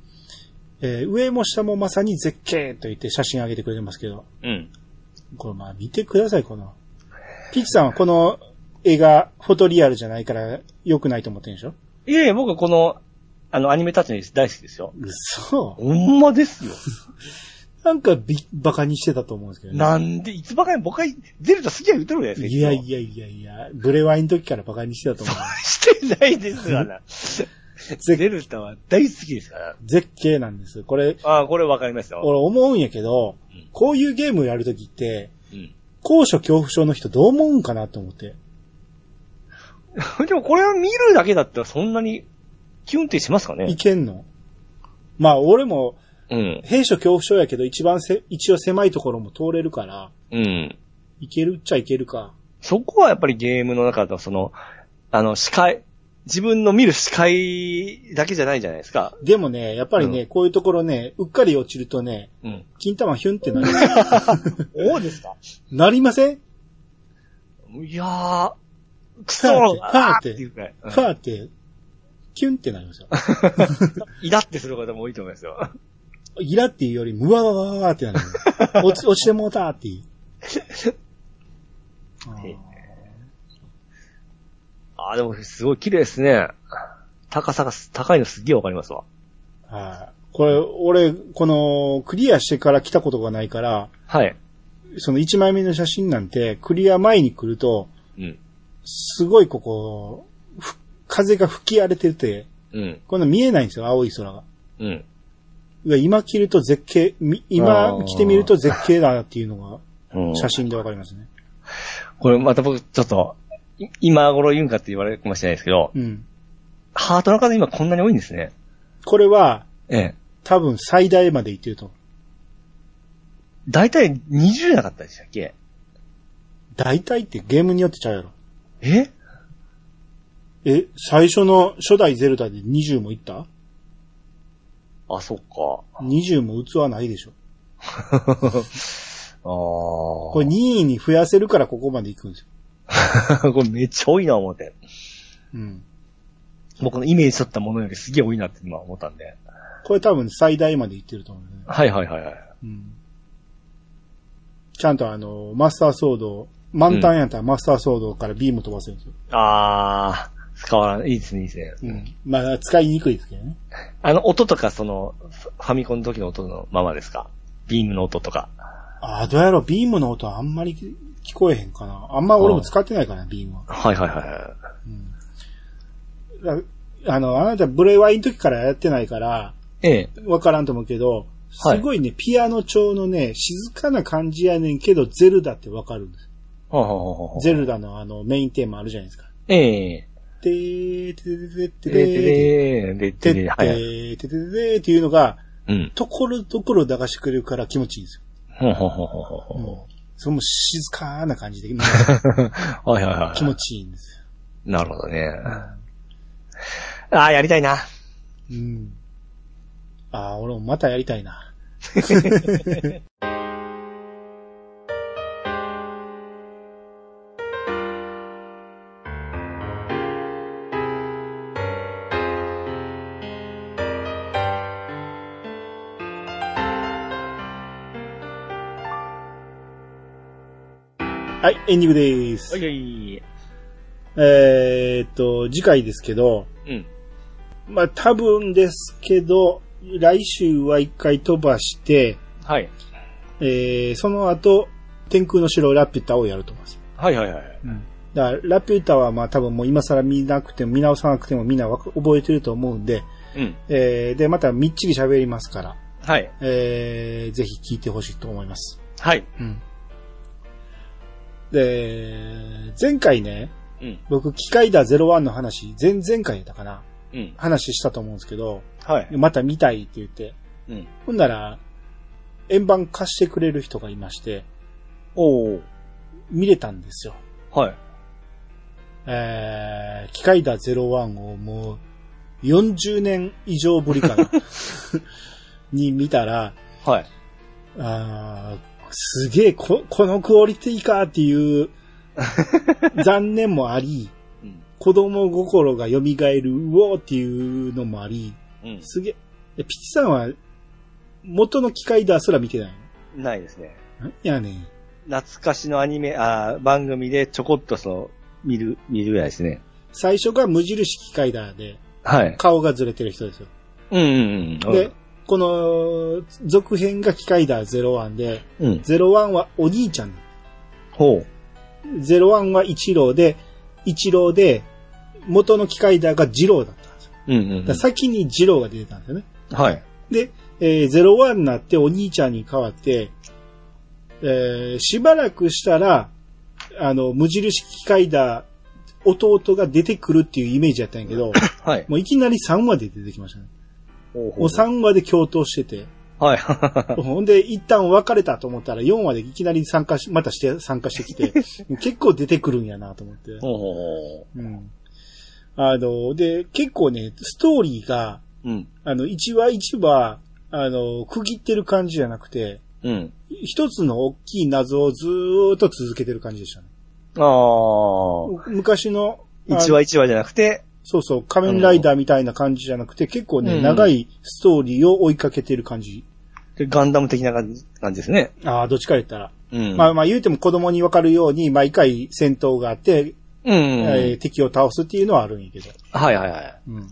C: えー上も下もまさに絶景と言って写真上げてくれてますけど、
D: うん。
C: これまあ見てください、この。ピッチさんはこの映画、フォトリアルじゃないから良くないと思ってるんでしょ
D: いやいや、僕はこの、あの、アニメたちの大好きですよ。
C: 嘘。
D: ほんまですよ。
C: なんかび、バカにしてたと思うんですけどね。
D: なんで、いつばかり僕はゼルダ好きや言うてるじゃないですか。
C: いや
D: つ
C: いやいやいや、ブレワイの時からバカにしてたと思う。
D: もしてないですがな。ゼルダは大好きですから。
C: 絶景なんです。これ、
D: ああ、これわかりますよ。
C: 俺思うんやけど
D: うん、
C: こういうゲームやる時って、
D: うん。
C: 高所恐怖症の人どう思うんかなと思って。
D: れでもこれを見るだけだったらそんなにキュンってしますか
C: い
D: ね
C: けんのまあ、俺も、
D: うん。
C: 兵所恐怖症やけど、一番せ、一応狭いところも通れるから、
D: うん。
C: いけるっちゃいけるか。
D: そこはやっぱりゲームの中のその、あの、視界、自分の見る視界だけじゃないじゃないですか。
C: でもね、やっぱりね、こういうところね、うっかり落ちるとね、
D: うん。
C: 金玉ヒュンってなる。
A: おうですか
C: なりません
D: いやー、くそ
C: はぁ
D: ーあーっ
C: ってて
D: いうくらい。うん
C: ファーって、キュンってなりますよ。
D: イラってする方も多いと思いますよ。
C: イラっていうより、ムワワワワワってなる。落ち、落ちてもうたっていう。あー
D: あー、でもすごい綺麗ですね。高さがす、高いのすっげえわかりますわ。
C: はい。これ、俺、この、クリアしてから来たことがないから、
D: はい。
C: その1枚目の写真なんて、クリア前に来ると、
D: うん。
C: すごいここ、ふ風が吹き荒れてて、
D: うん。
C: こんな見えないんですよ、青い空が。
D: うん。
C: うわ今着ると絶景、み
D: あ
C: 今
D: ー
C: 着てみると絶景だなっていうの
D: うん
C: が、写真でわかりますね。
D: これまた僕、ちょっと、い今頃言うんかって言われるかもしれないですけど、
C: うん。
D: ハートの数今こんなに多いんですね。
C: これは、
D: ええ。
C: 多分最大まで行ってると思う。
D: だいたい20じゃなかったでしたっけ
C: 大体ってゲームによってちゃうやろ。
D: え
C: え、最初の初代ゼルダで20もいった
D: あ、そっ か。
C: ?20 も器ないでしょ。
D: あー。こ
C: これ任意に増やせるからここまで行くんですよ。
D: れ、 これめっちゃ多いな思って。
C: うん。
D: 僕のイメージ取ったものよりすげえ多いなって今思ったんで。
C: これ多分最大まで行ってると思うね。
D: はいはいはいはい。
C: うん。ちゃんとあの、マスターソードを、満タンやったらマスターソードからビーム飛ばせるんですよ。
D: あー、使わない。いいですね、いいですね。
C: うん。まあ、使いにくいですけどね。
D: あの、音とか、その、ファミコンの時の音のままですかビームの音とか。
C: ああ、どうやろう、ビームの音はあんまり聞こえへんかな。あんま俺も使ってないからな、ビームは。
D: はいはいはいはい。
C: だあの、あなたブレワイの時からやってないから、
D: ええ。
C: わからんと思うけど、
D: はい
C: すごいね、ピアノ調のね、静かな感じやねんけど、ゼルダってわかるんです。
D: ほうほうほうほうほう
C: ゼルダのあの、メインテーマあるじゃないですか。
D: ええ。
C: てー、てーて
D: で、
C: ーてー
D: で、で、
C: てーてーてーて
D: で、
C: ー
D: で、はい。
C: てーてーてーてーっていうのが、
D: うん。
C: ところどころ流してくれるから気持ちいいんですよ。
D: ほうほうほうほうほう
C: うんそれも静かな感じで、
D: ほう。 はいはいは
C: 気持ちいいんですよ。
D: い。なるほどね。ああ、やりたいな。
C: うん。ああ、俺もまたやりたいな。はい、エンディングです。
D: いやい
C: えーっと、次回ですけど、
D: うん。
C: まあ多分ですけど、来週は一回飛ばして、
D: はい。
C: えー、その後、天空の城ラピュタをやると思います。
D: はいはいはい。
C: だから、ラピュタはまあ多分もう今更見なくても、見直さなくてもみんなわか覚えてると思うんで、
D: うん。
C: えー、で、またみっちり喋りますから、
D: はい。
C: えー、ぜひ聞いてほしいと思います。
D: はい。
C: うん。で、前回ね、
D: うん
C: 僕、機械だ01の話、前々回やったかな。
D: うん。
C: 話したと思うんですけど、
D: はい。
C: また見たいって言って。
D: うん。
C: ほんなら、円盤貸してくれる人がいまして、
D: おー。
C: 見れたんですよ。
D: はい。
C: えー、機械だ01をもう、40年以上ぶりか な。に見たら、
D: はい。
C: あーすげえこ、このクオリティかって いう、残念もあり、
D: うん。
C: 子供心が蘇る、うおーっていうのもあり、
D: うん。
C: すげえ。えピチさんは、元の機械だすら見てない
D: ないですね。
C: のなんやねん。
D: 懐かしのアニメ、あー番組でちょこっとその、見る、見るぐらいですね。
C: 最初が無印機械だで、
D: はい。
C: 顔がずれてる人ですよ。
D: うんうんうん。
C: で、この、続編が機械だ01で、
D: うん。
C: 01はお兄ちゃん。
D: ほ
C: 01は一郎で、一郎で、元の機械だが二郎だったんですよ。
D: う。うんうん
C: だから先に二郎が出てたんですよね。
D: うん。はい。
C: で、えー、01になってお兄ちゃんに変わって、えーしばらくしたら、あの、無印機械だ、弟が出てくるっていうイメージやったんやけ ど、
D: はい。
C: もういきなり3話で出てきましたね。
D: お
C: もう3話で共闘してて、
D: はい。
C: ほんで一旦別れたと思ったら4話でいきなり参加し、またして参加してき て、結構出てくるんやなと思って。
D: お お
C: うん。あの、で、結構ね、ストーリーが、
D: うん。
C: あの、一話一話、あの、区切ってる感じじゃなくて、
D: うん。
C: 一つの大きい謎をずーっと続けてる感じでしたね。
D: ああ。
C: 昔の、あの
D: 一話一話じゃなくて、
C: そうそう、仮面ライダーみたいな感じじゃなくて、結構ね、
D: うん
C: 長いストーリーを追いかけてる感じ。
D: ガンダム的な感じ感じですね。
C: ああ、どっちか言ったら。
D: うん。
C: まあまあ言うても子供にわかるように、毎回戦闘があって、
D: うん。
C: えー敵を倒すっていうのはあるんやけど。
D: はいはいはい。
C: うん。ま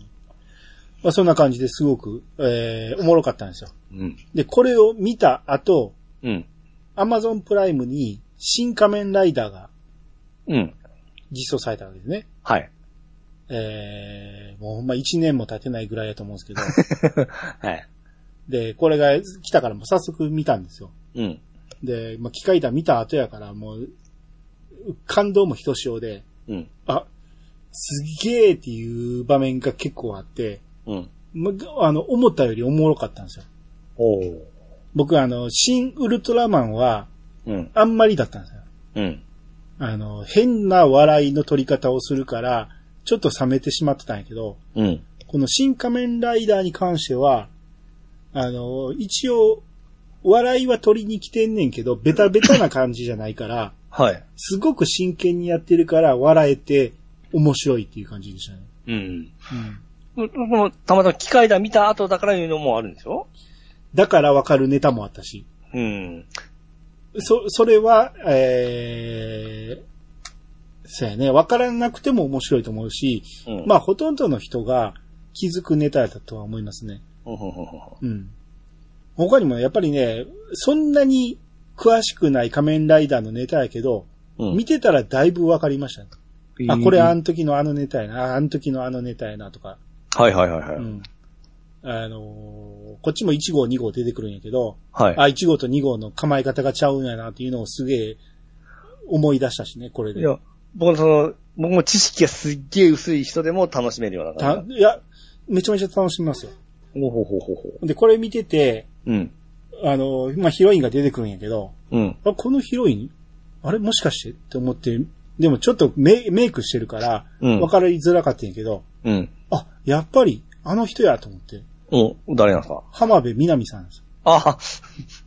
C: あそんな感じですごく、えー、おもろかったんですよ。
D: うん。
C: で、これを見た後、
D: うん。
C: アマゾンプライムに新仮面ライダーが
D: うん。
C: 実装されたわけですね。
D: はい。
C: えー、もうほんま1年も経てないぐらいだと思うん ですけど。
D: はい。
C: で、これが来たからもう早速見たんですよ。
D: うん。
C: で、まあ、機械弾見た後やからもう、感動もひとしおで、
D: うん。
C: あ、すげえっていう場面が結構あって、
D: うん。
C: まあの、思ったよりおもろかったんですよ。
D: おお。
C: 僕あの、新ウルトラマンは
D: うん。
C: あんまりだったんですよ。
D: うん。
C: あの、変な笑いの取り方をするから、ちょっと冷めてしまってたんやけど、
D: うん。
C: この新仮面ライダーに関しては、あの、一応、笑いは取りに来てんねんけど、ベタベタな感じじゃないから、
D: はい。
C: すごく真剣にやってるから、笑えて、面白いっていう感じでしたね。
D: うん。
C: うん。
D: この、たまたま機械だ見た後だからいうのもあるんでしょ
C: だからわかるネタもあったし、
D: うん。
C: そ、それは、えー、そうやね、わからなくても面白いと思うし、
D: うん。
C: まあ、ほとんどの人が気づくネタだとは思いますね。
D: うんうんうんうん
C: うん。他にもやっぱりね、そんなに詳しくない仮面ライダーのネタやけど、
D: うん
C: 見てたらだいぶわかりましたね、あ、これあ
D: は
C: の時のあのネタやな、ああの時のあのネタやなとか、
D: いはいはいは
C: う
D: い。
C: ん。あのーこっちも1号2号出てくるんやけど、
D: はい。
C: あ、1号と2号の構え方がちゃうんやなっていうのをすげえ思い出したしね、これで。
D: いや、僕のその、僕も知識がすっげえ薄い人でも楽しめるような
C: た
D: 感
C: いや、めちゃめちゃ楽しみますよ。
D: じ。ほうほうほうほうほ
C: で、これ見てて、
D: う。うん。
C: あのーまあ、ヒロインが出てくるんやけど、
D: うん。
C: あ、このヒロインあれもしかしてって思って、でもちょっとメイメイクしてるから、
D: うん
C: わかりづらかったんやけど、
D: うん。
C: あ、やっぱりあの人やと思って、
D: お、誰なんですか
C: 浜辺美波さんですよ
D: あ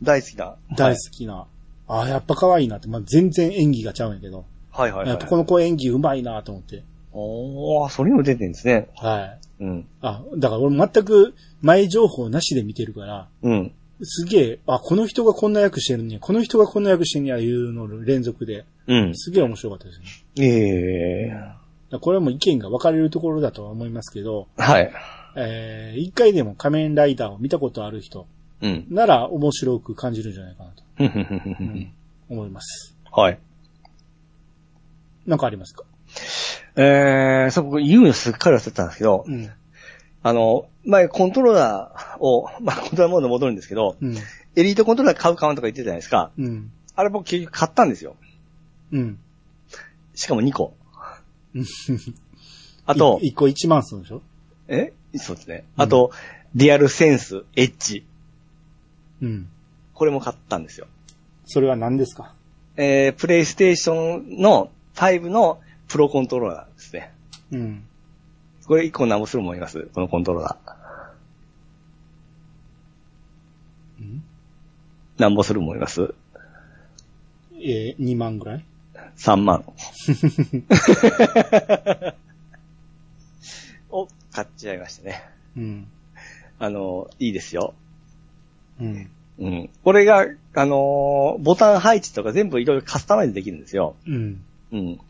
D: 大好きだ。
C: 大好きな。あ、やっぱ可愛いなって、まあ、全然演技がちゃうんやけど、
D: はいはい
C: や
D: は
C: っ
D: い
C: ぱ。この子演技上手いなと思って。
D: おー、それにも出てるんですね。
C: はい。
D: うん。
C: あ、だから俺全く前情報なしで見てるから、
D: うん。
C: すげえ、あ、この人がこんな役してるね、この人がこんな役してんねや、いうのの連続で、
D: うん。
C: すげえ面白かったですね。
D: ええー。
C: だからこれはもう意見が分かれるところだとは思いますけど、
D: はい。
C: えー、一回でも仮面ライダーを見たことある人
D: うん。
C: なら面白く感じるんじゃないかなと
D: ふんふんふんふんふん
C: 思います。
D: はい。
C: なんかありますか
D: えー、そこ言うのすっかり忘れてたんですけど、
C: うん。
D: あの、前コントローラーを、 まあコントローラーモードに戻るんですけど、
C: うん。
D: エリートコントローラー買う買わんとか言ってたじゃないですか。
C: うん。
D: あれ僕結局買ったんですよ。
C: うん。
D: しかも2個。 あと、
C: 1個1万するんでしょ
D: えそうですね。あと、リアルセンス、エッジ。
C: うん。
D: これも買ったんですよ。
C: それは何ですか
D: えー、プレイステーションの5のプロコントローラーですね。
C: うん。
D: これ1個何もする思いますこのコントローラー。
C: うん
D: なんぼする思います
C: えー、2万ぐらい
D: ?3 万。を買っちゃいましたね。
C: うん。
D: あの、いいですよ。
C: うん。
D: うん。これが、あのーボタン配置とか全部いろいろカスタマイズできるんですよ。
C: うん。
D: うん。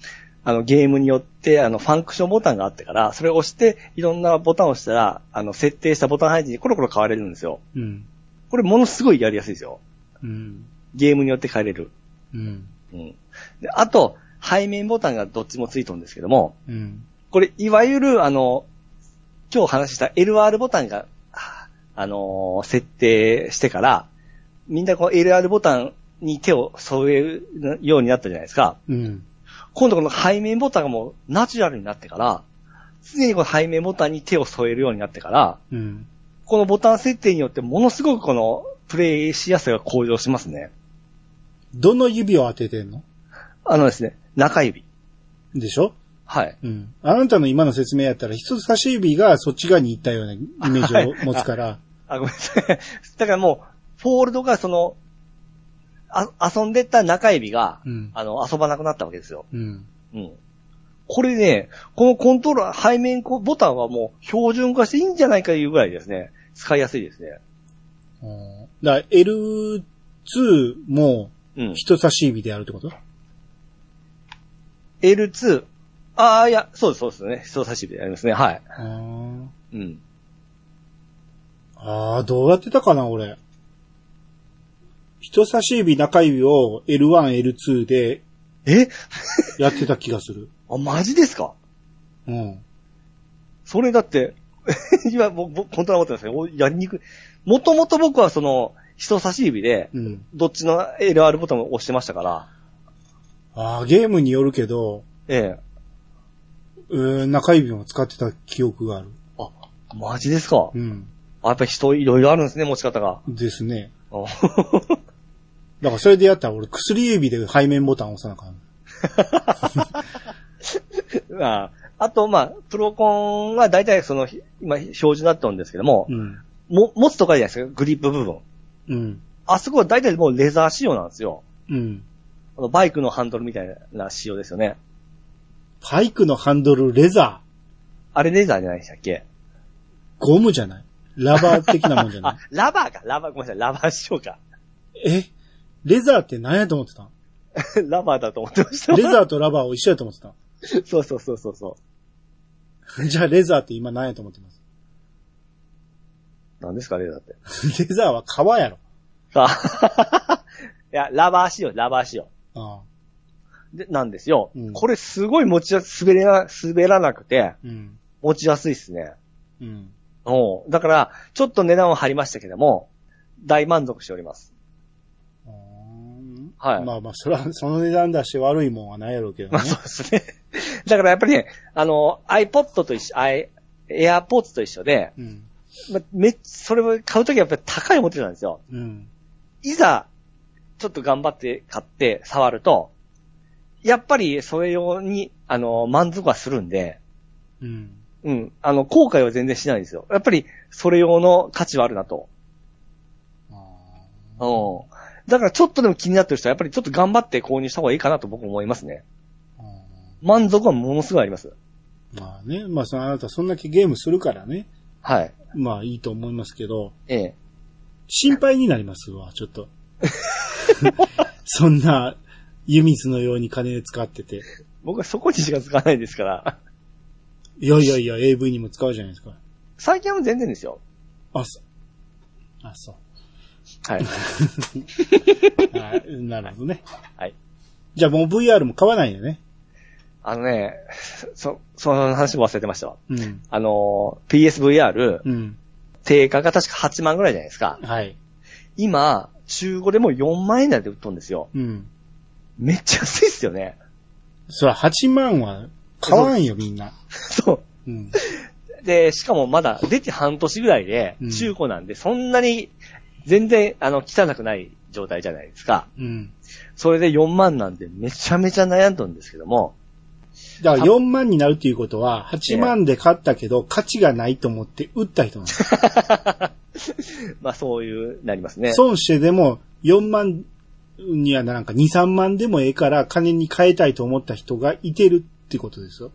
D: あの、ゲームによって、あの、ファンクションボタンがあってから、それを押して、いろんなボタンを押したら、あの、設定したボタン配置にコロコロ変われるんですよ。
C: うん。
D: これものすごいやりやすいですよ。
C: うん。
D: ゲームによって変えれる。
C: うん。
D: うん。で、あと、背面ボタンがどっちもついとるんですけども、
C: うん。
D: これ、いわゆる、あの、今日話した LR ボタンが、ああのー設定してから、みんなこう LR ボタンに手を添えるようになったじゃないですか。
C: うん。
D: 今度この背面ボタンがもうナチュラルになってから、常にこの背面ボタンに手を添えるようになってから、
C: うん。
D: このボタン設定によってものすごくこのプレイしやすさが向上しますね。
C: どの指を当ててんの
D: あのですね、中指。
C: でしょ
D: はい。
C: うん。あなたの今の説明やったら、人差し指がそっち側に行ったようなイメージを持つから、
D: あ、ごめんなさい。 だからもう、フォールドがその、あ、遊んでた中指が、
C: うん。
D: あの、遊ばなくなったわけですよ。
C: うん。
D: うん。これね、このコントローラー、背面こボタンはもう標準化していいんじゃないかいうぐらいですね、使いやすいですね。
C: うんだから L2 も
D: うん。
C: 人差し指でやるってこと
D: L2、ああ、いや、そうです、そうですね。人差し指でやりますね。はい。
C: あー
D: うん。
C: あー、どうやってたかな、俺。人差し指、中指を L1、L2 で
D: え
C: やってた気がする。
D: あ、マジですか
C: うん。
D: それだって、 今、僕、僕本当に思ってますね。おやりにくい。もともと僕はその、人差し指で、
C: うん。
D: どっちの LR ボタンを押してましたから、
C: あーゲームによるけど、
D: え
C: うーん中指も使ってた記憶がある。
D: え。マジですか
C: うん。
D: あやっぱ人いろいろあるんですね、持ち方が。
C: ですね。
D: お
C: だからそれでやったら俺薬指で背面ボタン押さなあかん。
D: まあ、あと、まあ、プロコンは大体その、ひ今、表示になってるんですけども、
C: うん。
D: も、持つとかじゃないですか、グリップ部分。
C: うん。
D: あそこは大体もうレザー仕様なんですよ。
C: うん。
D: あのバイクのハンドルみたいな仕様ですよね。
C: パイクのハンドルレザ
D: あれレザーじゃないでしたっけ
C: ー、ゴムじゃないラバー的なもんじゃな
D: あ、ラバーか、ラバー、ごめんなさい、ラバー仕様か。
C: いえレザーって何やと思ってた ん
D: ラバーだと思ってました。
C: レザーとラバーを一緒やと思ってた
D: そうそうそうそうそ
C: んじゃあレザーって今何やと思ってます
D: う。なんですか、レザーって。
C: レザーは革やろ。
D: あ いや、ラバー仕様、ラバー仕様。
C: ああ
D: でなんですよ。
C: うん
D: これすごい持ちやす、滑れな、滑らなくて、
C: うん。
D: 持ちやすいっすね。
C: うん。
D: おうだから、ちょっと値段を張りましたけども、大満足しております。
C: うーん
D: はい
C: まあまあ、それは、その値段だし悪いもんはないやろうけど
D: ま
C: ね
D: あ。そうですね。 だからやっぱりね、あの、iPod と一緒、i、AirPods と一緒で、
C: うん。
D: まあ、めっそれを買うときはやっぱり高いの持ってたんですよ。
C: うん。
D: いざ、ちょっと頑張って買って触ると、やっぱりそれ用に、あの、満足はするんで、
C: うん。
D: うん。あの、後悔は全然しないんですよ。やっぱり、それ用の価値はあるなと。
C: ああ
D: うん。だから、ちょっとでも気になってる人は、やっぱりちょっと頑張って購入した方がいいかなと僕思いますね。
C: うん
D: 満足はものすごいあります。
C: まあね、まあそのあなたそんだけゲームするからね。
D: はい。
C: まあいいと思いますけど、
D: ええ。
C: 心配になりますわ、ちょっと。そんな、湯水のように金使ってて。
D: 僕はそこにしか使わないですから。
C: いやいやいや、AV にも使うじゃないですか。
D: 最近はもう全然ですよ。
C: あ、そ、あ、そ
D: はい。
C: う。あなるほどね。
D: はい。
C: じゃあもう VR も買わないよね。
D: あのね、そ、その話も忘れてましたわ。
C: うん。
D: あの、PSVR、
C: うん。
D: 定価が確か8万ぐらいじゃないですか。
C: はい。
D: 今、中古でも4万円台で売っとんですよ。
C: うん。
D: めっちゃ安いっすよね。
C: そら8万は買わんよ、みんな。
D: そう。
C: うん。
D: で、しかもまだ出て半年ぐらいで
C: うん、
D: 中古なんで、そんなに全然、あの、汚くない状態じゃないですか。
C: うん。
D: それで4万なんで、めちゃめちゃ悩んどんですけども、
C: だから4万になるっていうことは、8万で買ったけど価値がないと思って売った人なんです
D: まあそういう、なりますね。
C: 損してでも4万にはなんか2、3万でもええから金に変えたいと思った人がいてるってことですよ。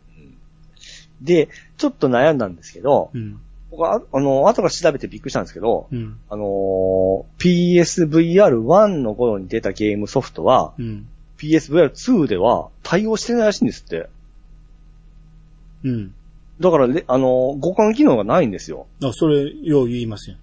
D: で、ちょっと悩んだんですけど、
C: うん。
D: 僕は、ああの、後から調べてびっくりしたんですけど、
C: うん。
D: あのー PSVR1 の頃に出たゲームソフトは、
C: うん。
D: PSVR2 では対応してないらしいんですって。
C: うん。
D: だからね、あのー互換機能がないんですよ。
C: あ、それ、よう言いません。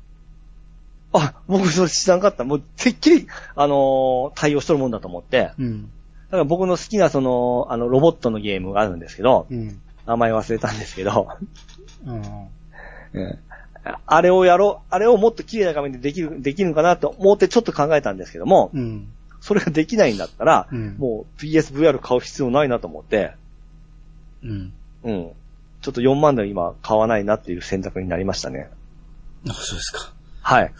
D: あ、僕それ知らんかった。もう、てっきり、あのー対応しとるもんだと思って。だ
C: うん。
D: から僕の好きな、その、あの、ロボットのゲームがあるんですけど、
C: うん。
D: 名前忘れたんですけど、
C: うん。
D: あれをやろう、あれをもっと綺麗な画面でできる、できるのかなと思ってちょっと考えたんですけども、
C: うん。
D: それができないんだったら、
C: うん
D: もう PSVR 買う必要ないなと思って、
C: うん。
D: うん。ちょっと4万で今買わないなっていう選択になりましたね。
C: あ、そうですか。
D: はい。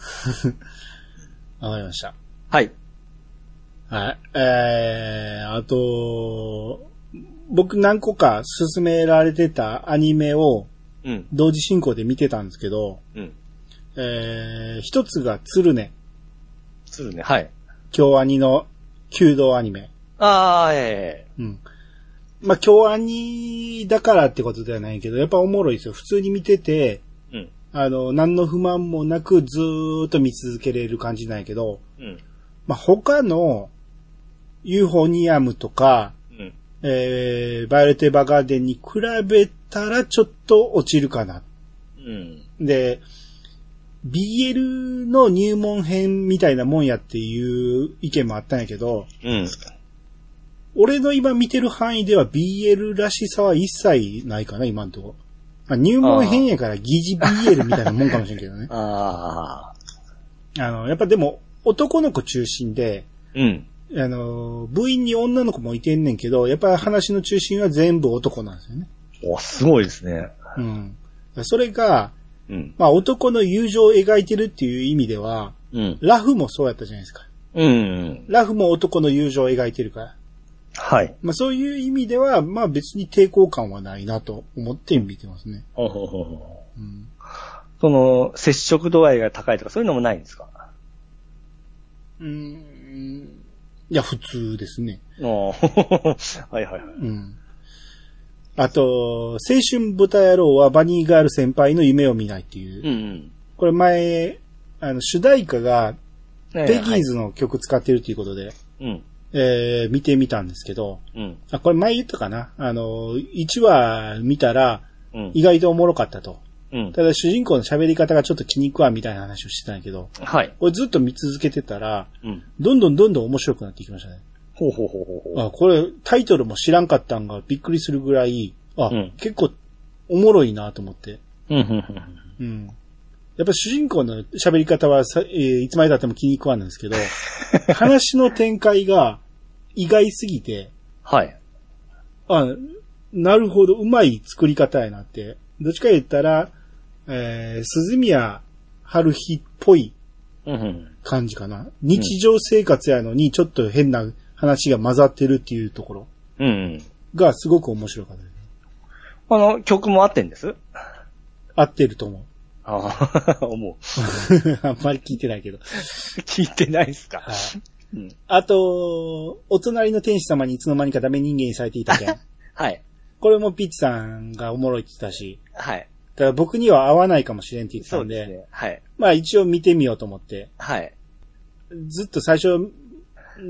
C: わかりました。
D: はい。
C: はい。えー、あと、僕何個か勧められてたアニメを
D: うん。
C: 同時進行で見てたんですけど、
D: うん。
C: えー、一つが鶴ね、
D: するね。はい。
C: 京アニの弓道アニメ。
D: あー、え
C: うん。まあ、京アニだからってことではないけど、やっぱおもろいですよ。普通に見てて、
D: えうん。
C: あの、何の不満もなくずーっと見続けれる感じなんやけど、
D: うん。
C: まあ、他の、ユーフォニアムとか、
D: うん。
C: えー、バイオレテバガーデンに比べたらちょっと落ちるかな。
D: うん。
C: で、BL の入門編みたいなもんやっていう意見もあったんやけど、
D: うん。。
C: 俺の今見てる範囲では BL らしさは一切ないかな、今んとこ。まあ、入門編やから疑似 BL みたいなもんかもしれんけどね
D: あ
C: あの、やっぱでも男の子中心で、
D: ー。うん。
C: あの、部員に女の子もいてんねんけど、やっぱ話の中心は全部男なんですよね。
D: お、すごいですね。
C: うん。それが、
D: うん。
C: まあ男の友情を描いてるっていう意味では、
D: うん。
C: ラフもそうやったじゃないですか。
D: うん。
C: ラフも男の友情を描いてるから。
D: はい。
C: まあそういう意味では、まあ別に抵抗感はないなと思って見てますね。
D: ほうほうほうほう
C: うん
D: その、接触度合いが高いとかそういうのもないんですかあ
C: うーん。いや、普通ですね。
D: ー はいはいはい。
C: うん。あと、青春豚野郎はバニーガール先輩の夢を見ないっていう。
D: ん。
C: これ前、あの、主題歌が
D: ねえ
C: ペギ
D: は
C: ー
D: い
C: ズの曲使ってるということで、
D: うん。
C: えー、見てみたんですけど、
D: うん。
C: あ、これ前言ったかなあの、1話見たら
D: うん
C: 意。外とおもろかったと。
D: うん。
C: ただ主人公の喋り方がちょっと気に食わんみたいな話をしてたんやけど、
D: はい。
C: これずっと見続けてたら、
D: うん。
C: どんどんどんどん面白くなってきましたね。
D: ほうほうほうほうほう。
C: あ、これタイトルも知らんかったんがびっくりするぐらい、あ、
D: うん
C: 結構おもろいなと思って。
D: うん、うん、うん。
C: うん。やっぱ主人公の喋り方はさ、えーいつまで経っても気に食わんなんですけ ど、話の展開が意外すぎて、
D: はい。
C: あ、なるほど、うまい作り方やなって。どっちか言ったら、えー、鈴宮春日っぽい
D: うん、うん。
C: 感じかな。日常生活やのにちょっと変な話が混ざってるっていうところ
D: うん、うん。
C: がすごく面白かったです。
D: あの、曲も合ってんです
C: 合ってると思う。
D: ああ、 思う。
C: あんまり聞いてないけど。
D: 聞いてないっすか。うん
C: あと、お隣の天使様にいつの間にかダメ人間にされていた 件。
D: はい。
C: これもピッチさんがおもろいって言ってたし、
D: はい。
C: ただ僕には合わないかもしれんって言ってた
D: そうんです
C: で、
D: ね。はい。
C: まあ一応見てみようと思って、
D: はい。
C: ずっと最初、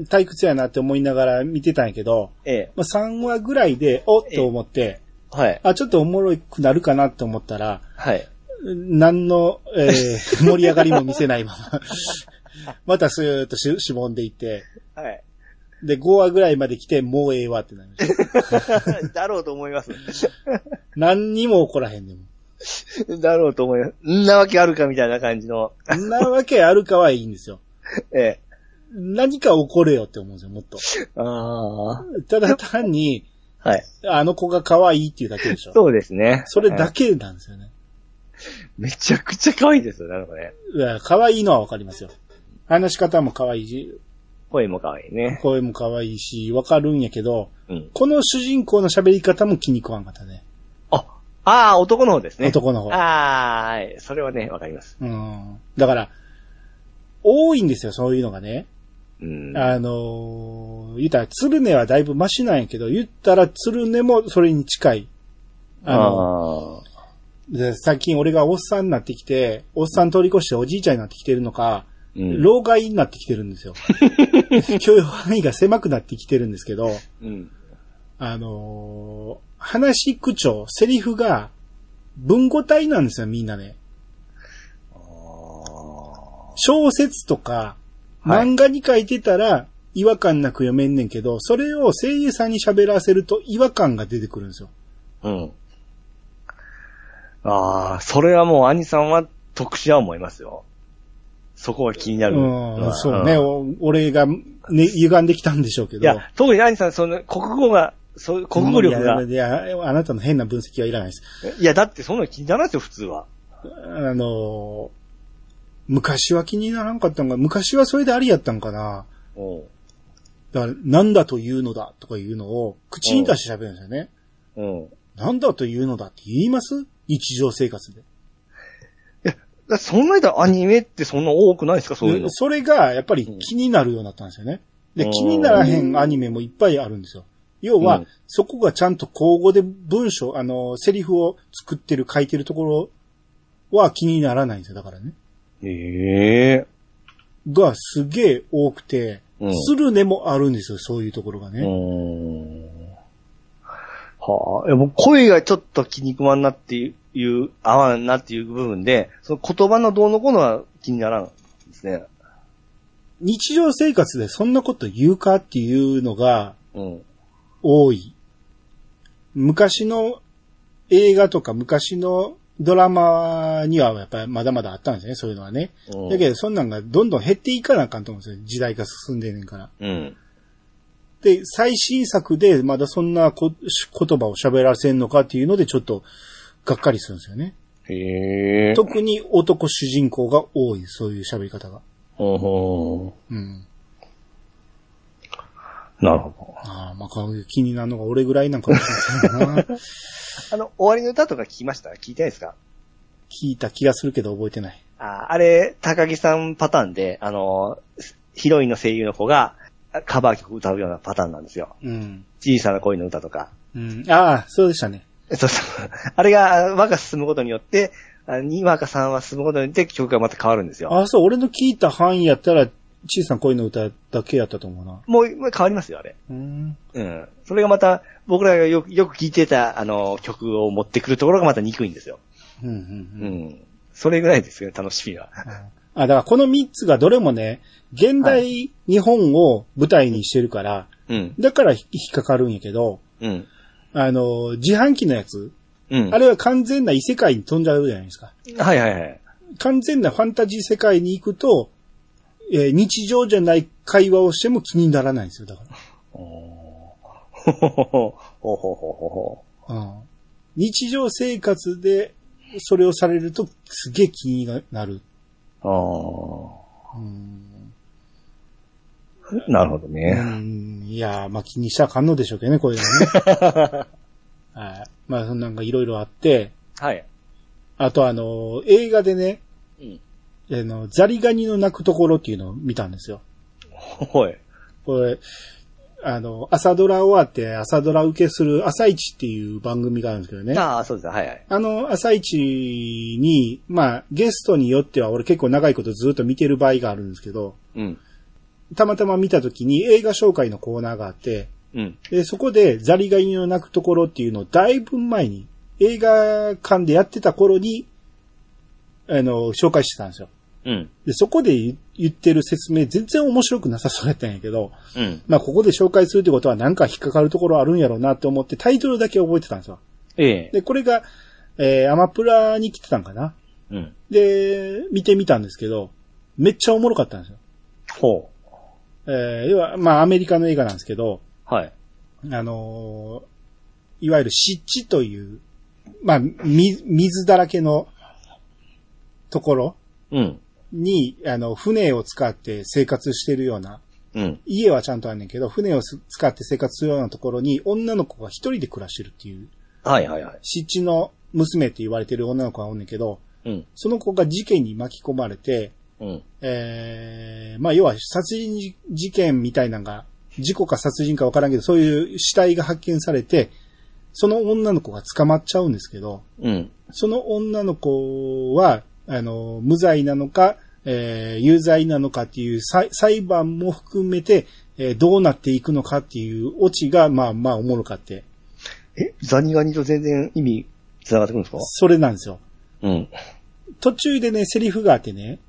C: 退屈やなって思いながら見てたんやけど、
D: ええ。
C: まあ、3話ぐらいで、おっと思って、
D: はい。
C: あ、ちょっとおもろくなるかなって思ったら、
D: はい。
C: 何の、えー 盛り上がりも見せないまま、ま たスーッとししぼんでいって、
D: はい。
C: で、5話ぐらいまで来て、もうええわってなりました。
D: だろうと思います。
C: 何にも起こらへんでも。
D: だろうと思います。んなわけあるかみたいな感じの。
C: んなわけあるかはいいんですよ。
D: ええ。
C: 何か起これよって思うんですよ、もっと。
D: ああ。
C: ただ単に、
D: はい。
C: あの子が可愛いっていうだけでしょ。
D: そうですね。
C: それだ
D: はい
C: けなんですよね。
D: めちゃくちゃ可愛いですよ、なんかね。
C: いや可愛いのはわかりますよ。話し方も可愛いし、
D: 声も可愛いね。
C: 声も可愛いし、わかるんやけど、
D: うん。
C: この主人公の喋り方も気に食わんかったね。
D: あ、ああ、男の方ですね。
C: 男の方。
D: ああ、はい。それはね、わかります。
C: うん。だから、多いんですよ、そういうのがね。
D: うん。
C: あのー言ったら、鶴音はだいぶマシなんやけど、言ったら鶴音もそれに近い。あの、
D: あー
C: で最近俺がおっさんになってきて、おっさん通り越しておじいちゃんになってきてるのか、
D: うん。
C: 老害になってきてるんです よ。許容範囲が狭くなってきてるんですけど、
D: うん。
C: あのー話し口調、セリフが文語体なんですよ、みんなね。小説とか、
D: はい
C: 漫画に書いてたら違和感なく読めんねんけど、それを声優さんに喋らせると違和感が出てくるんですよ。
D: うん。ああ、それはもう兄さんは特殊は思いますよ。そこが気になる。
C: うん、
D: ん
C: そうね。。お俺が、ね、歪んできたんでしょうけど。
D: いや、特に兄さん、その、国語が、そう、国語力が。
C: いや、いやあなたの変な分析はいらないです。
D: いや、だってそんなの気にならないですよ、普通は。
C: あの、昔は気にならんかったんか、昔はそれでありやったんかな。
D: うん。
C: だから、なんだというのだとかいうのを、口に出して喋るんですよね。
D: うん。
C: なんだというのだって言います日常生活で。
D: だそんなにアニメってそんな多くないですか、そういうの。
C: それが、やっぱり気になるようになったんですよね。で、
D: うん
C: 気にならへんアニメもいっぱいあるんですよ。要は、
D: うん
C: そこがちゃんと口語で文章、あの、セリフを作ってる、書いてるところは気にならないんですよ。だからね。
D: ええ
C: がすげえ多くて、
D: うん
C: スルネもあるんですよ、そういうところが
D: う
C: ね。
D: ん。はあ、いや僕声がちょっと気に食わんなっていう、合わんなっていう部分で、その言葉のどうのこうのは気にならんですね。
C: 日常生活でそんなこと言うかっていうのが
D: うん。
C: 多い。昔の映画とか昔のドラマにはやっぱりまだまだあったんですね、そういうのはね。
D: うん
C: だけどそんなんがどんどん減っていかなあかんと思うんですよ、時代が進んでんねんから。
D: うん。
C: で、最新作でまだそんなこ言葉を喋らせんのかっていうのでちょっとがっかりするんですよね。
D: へえ。
C: 特に男主人公が多い、そういう喋り方が。
D: ほうほ
C: うん。
D: うなるほ
C: ああ、まあ、こういう気になるのが俺ぐらいなんかもしれない な。
D: ど。あの、終わりの歌とか聞きました聞いてないですか
C: 聞いた気がするけど覚えてない。
D: ああれ、高木さんパターンで、あの、ヒロインの声優の子がカバー曲歌うようなパターンなんですよ。
C: うん。
D: 小さな恋の歌とか。
C: うん。ああ、そうでしたね。
D: そうそう。あれが、あ和が進むことによって、あにわかさんは進むことによって曲がまた変わるんですよ。
C: ああ、そう、俺の聞いた範囲やったら、小さな恋の歌だけやったと思うな。
D: もう、もう変わりますよ、あれ。
C: うん。
D: うん。それがまた、僕らがよく、よく聴いてた、あの、曲を持ってくるところがまた憎いんですよ。
C: うん、うん、う。
D: うんん。それぐらいですよ、楽しみは。
C: あ、だからこの三つがどれもね、現代日本を舞台にしてるから、
D: うん。
C: だから引っかかるんやけど、
D: うん。
C: あの、自販機のやつ、
D: うん。
C: あれは完全な異世界に飛んじゃうじゃないですか。
D: はいはいはい。
C: 完全なファンタジー世界に行くと、えー日常じゃない会話をしても気にならないんですよ、だか
D: ほほほほ。ほほほほほ。
C: ら。うん、日常生活でそれをされるとすげえ気になる。
D: あ
C: うん、
D: あ。なるほど
C: う
D: ね。
C: んいやー、まあ気にしたらあかんのでしょうけどね、こういう のね。はい。まあそんなんかいろいろあって、
D: はい。
C: あとあのー映画でね、
D: うん
C: あの、ザリガニの鳴くところっていうのを見たんですよ。
D: ほい。
C: これ、あの、朝ドラ終わって朝ドラ受けする朝一っていう番組があるんですけどね。
D: ああ、そうです。はいはい。
C: あの、朝一に、まあ、ゲストによっては俺結構長いことずっと見てる場合があるんですけど、
D: うん。
C: たまたま見た時に映画紹介のコーナーがあって、
D: うん。
C: で、そこでザリガニの鳴くところっていうのをだいぶ前に、映画館でやってた頃に、あの、紹介してたんですよ。
D: うん。
C: で、そこで言言ってる説明全然面白くなさそうやったんやけど、
D: うん。
C: まあ、ここで紹介するってことはなんか引っかかるところあるんやろうなって思ってタイトルだけ覚えてたんですよ。
D: ええ。
C: で、これが、えー、アマプラに来てたんかな。
D: うん。
C: で、見てみたんですけど、めっちゃおもろかったんですよ。
D: ほう。
C: えー、要は、まあ、アメリカの映画なんですけど、
D: はい。
C: あのーいわゆる湿地という、まあ、み、水だらけのところ
D: うん。
C: に、あの、船を使って生活してるような、
D: うん。
C: 家はちゃんとあんねんけど、船をす使って生活するようなところに、女の子が一人で暮らしてるっていう、
D: はいはいはい。
C: 湿地の娘って言われてる女の子がおんねんけど、
D: うん。
C: その子が事件に巻き込まれて、
D: うん。
C: えー、まあ要は殺人じ事件みたいなのが、事故か殺人かわからんけど、そういう死体が発見されて、その女の子が捕まっちゃうんですけど、
D: うん。
C: その女の子は、あの、無罪なのか、えー有罪なのかっていう裁裁判も含めて、えーどうなっていくのかっていうオチが、まあまあおもろかって、
D: え、ザニガニと全然意味繋がってくるんですか
C: それなんですよ。
D: うん。
C: 途中でね、セリフがあってね、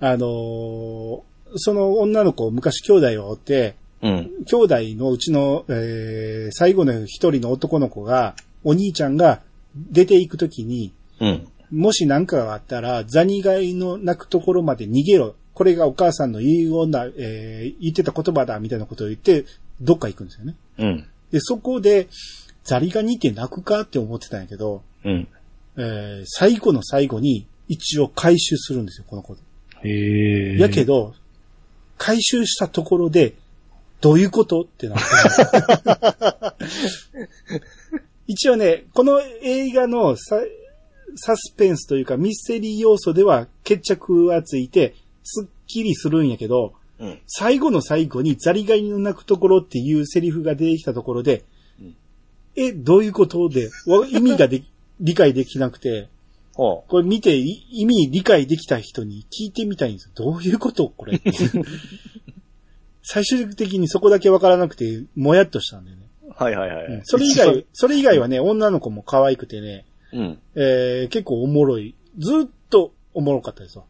C: あのーその女の子、昔兄弟を追って、
D: うん。
C: 兄弟のうちの、えー最後の一人の男の子が、お兄ちゃんが出ていくときに、
D: うん。
C: もし何かがあったら、ザニガイの泣くところまで逃げろこれがお母さんの言いような、えー言ってた言葉だ、みたいなことを言って、どっか行くんですよね。
D: うん。
C: で、そこで、ザリガニって泣くかって思ってたんやけど、
D: うん。
C: えー最後の最後に一応回収するんですよ、この子。
D: へえ。
C: やけど、回収したところで、どういうことってなった。一応ね、この映画のササスペンスというかミステリー要素では決着はついて、すっきりするんやけど、
D: うん
C: 最後の最後にザリガニの泣くところっていうセリフが出てきたところで、え、どういうことで、わ意味ができ理解できなくて、
D: ほ
C: これ見てい意味理解できた人に聞いてみたいんですよ。どういうことこれ。最終的にそこだけわからなくて、もやっとしたんだよね。
D: う。はいはいは
C: うん
D: い。
C: それ以外、それ以外はね、女の子も可愛くてね、
D: うん。
C: えー、結構おもろい。ずっとおもろかったですわ。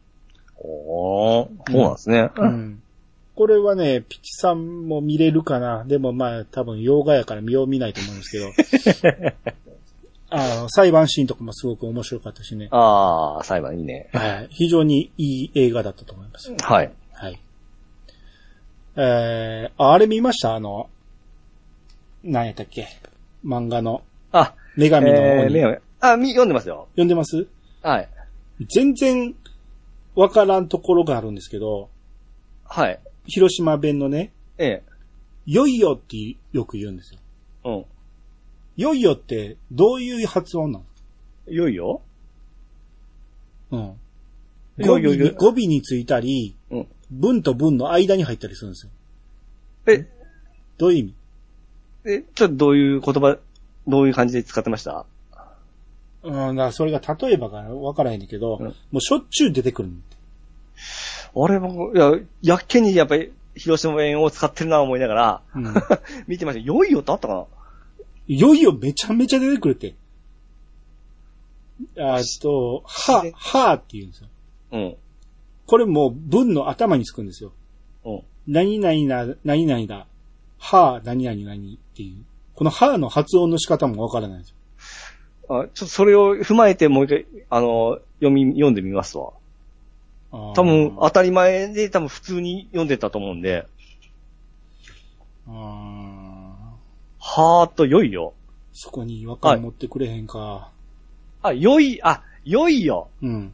D: おー、そうなんですね。
C: うん。これはね、ピチさんも見れるかな。でもまあ、多分洋画やから見よう見ないと思うんですけど。 あの、裁判シーンとかもすごく面白かったしね。
D: ああ、裁判いいね。
C: はい。非常にいい映画だったと思います。
D: はい。
C: はい。えー、ああれ見ましたあの、何やったっけ漫画の、
D: あ、
C: 女神の鬼、
D: えー女神あ、み、読んでますよ。
C: 読んでます
D: はい。
C: 全然、わからんところがあるんですけど、
D: はい。
C: 広島弁のね、
D: ええ。
C: よいよってよく言うんですよ。
D: うん。
C: よいよって、どういう発音なの
D: いよいよ
C: うん。語
D: よ
C: 尾
D: いよい
C: に
D: よ
C: 語尾についたり、
D: うん
C: 文と文の間に入ったりするんですよ。
D: え、
C: どういう意味
D: え、ちょっとどういう言葉、どういう感じで使ってました
C: うん、だからそれが例えばがわからへんねんけど、
D: うん
C: もうしょっちゅう出てくるの
D: あれ、僕、いや、やっけにやっぱり広島弁を使ってるな思いながら、
C: うん。
D: 見てました。よいよってあったかない
C: よいよめちゃめちゃ出てくるって。あーっと、は、はーって言うんですよ。
D: うん。
C: これもう文の頭につくんですよ。
D: うん。
C: 何々な、何々だ。はー、何々何っていう。このはーの発音の仕方もわからないんですよ。
D: あ、ちょっとそれを踏まえてもう一回、あの、読み、読んでみますわ。
C: あー
D: 多分、当たり前で多分普通に読んでたと思うんで、
C: あー
D: はーっとよいよ。
C: そこに違和感持ってくれへんか。
D: あ、よい、あ、よいよ。
C: うん。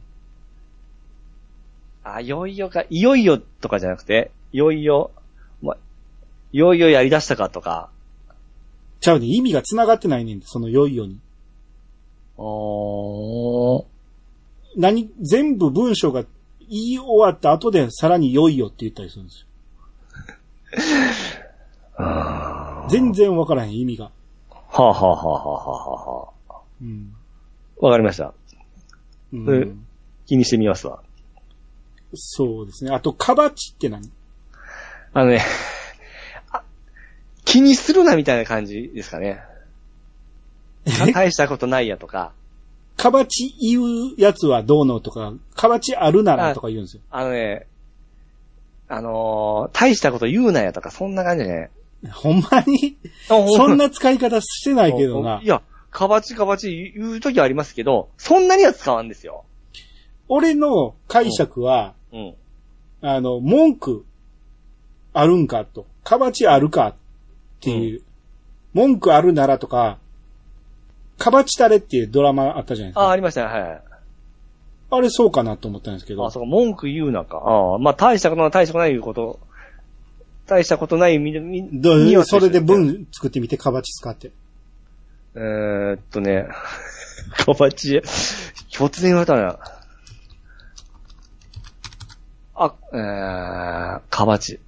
D: あ、よいよか、いよいよとかじゃなくて、よいよ、ま、いよいよやり出したかとか、
C: ちゃうね、意味が繋がってないねんそのよいよに。
D: おー、
C: 何、全部文章が言い終わった後でさらによいよって言ったりするんですよ。
D: は
C: 全然わからへん、意味が。
D: あ、はあはあはあはあは
C: うん。
D: あ。わかりました。
C: うん
D: え気にしてみますわ。
C: そうですね。あと、カバチって何
D: あのね、あ気にするなみたいな感じですかね。た大したことないやとか、
C: カバチ言うやつはどうのとか、カバチあるならとか言うんですよ。
D: あのね、あのー大したこと言うなやとか、そんな感じね。
C: ほんまに そ
D: そ。
C: んな使い方してないけどない
D: や、かばちかばち言うときはありますけど、そんなには使わんですよ。
C: 俺の解釈は、
D: うん。
C: あの、文句あるんかと。カバチあるかっていう。文句あるならとか、カバチタレっていうドラマあったじゃないです
D: あ、
C: か。
D: ありましたね、はいはい。
C: あれそうかなと思ったんですけど
D: あ、。そうか、文句言うなか。ああ、まあ、大したことない、大したことないいうこと。大したことないみ、み、
C: どう
D: には
C: それで。文作ってみて、カバチ使って。
D: えーっとね、 かばち、突然言われたな。あ、えー、かばち。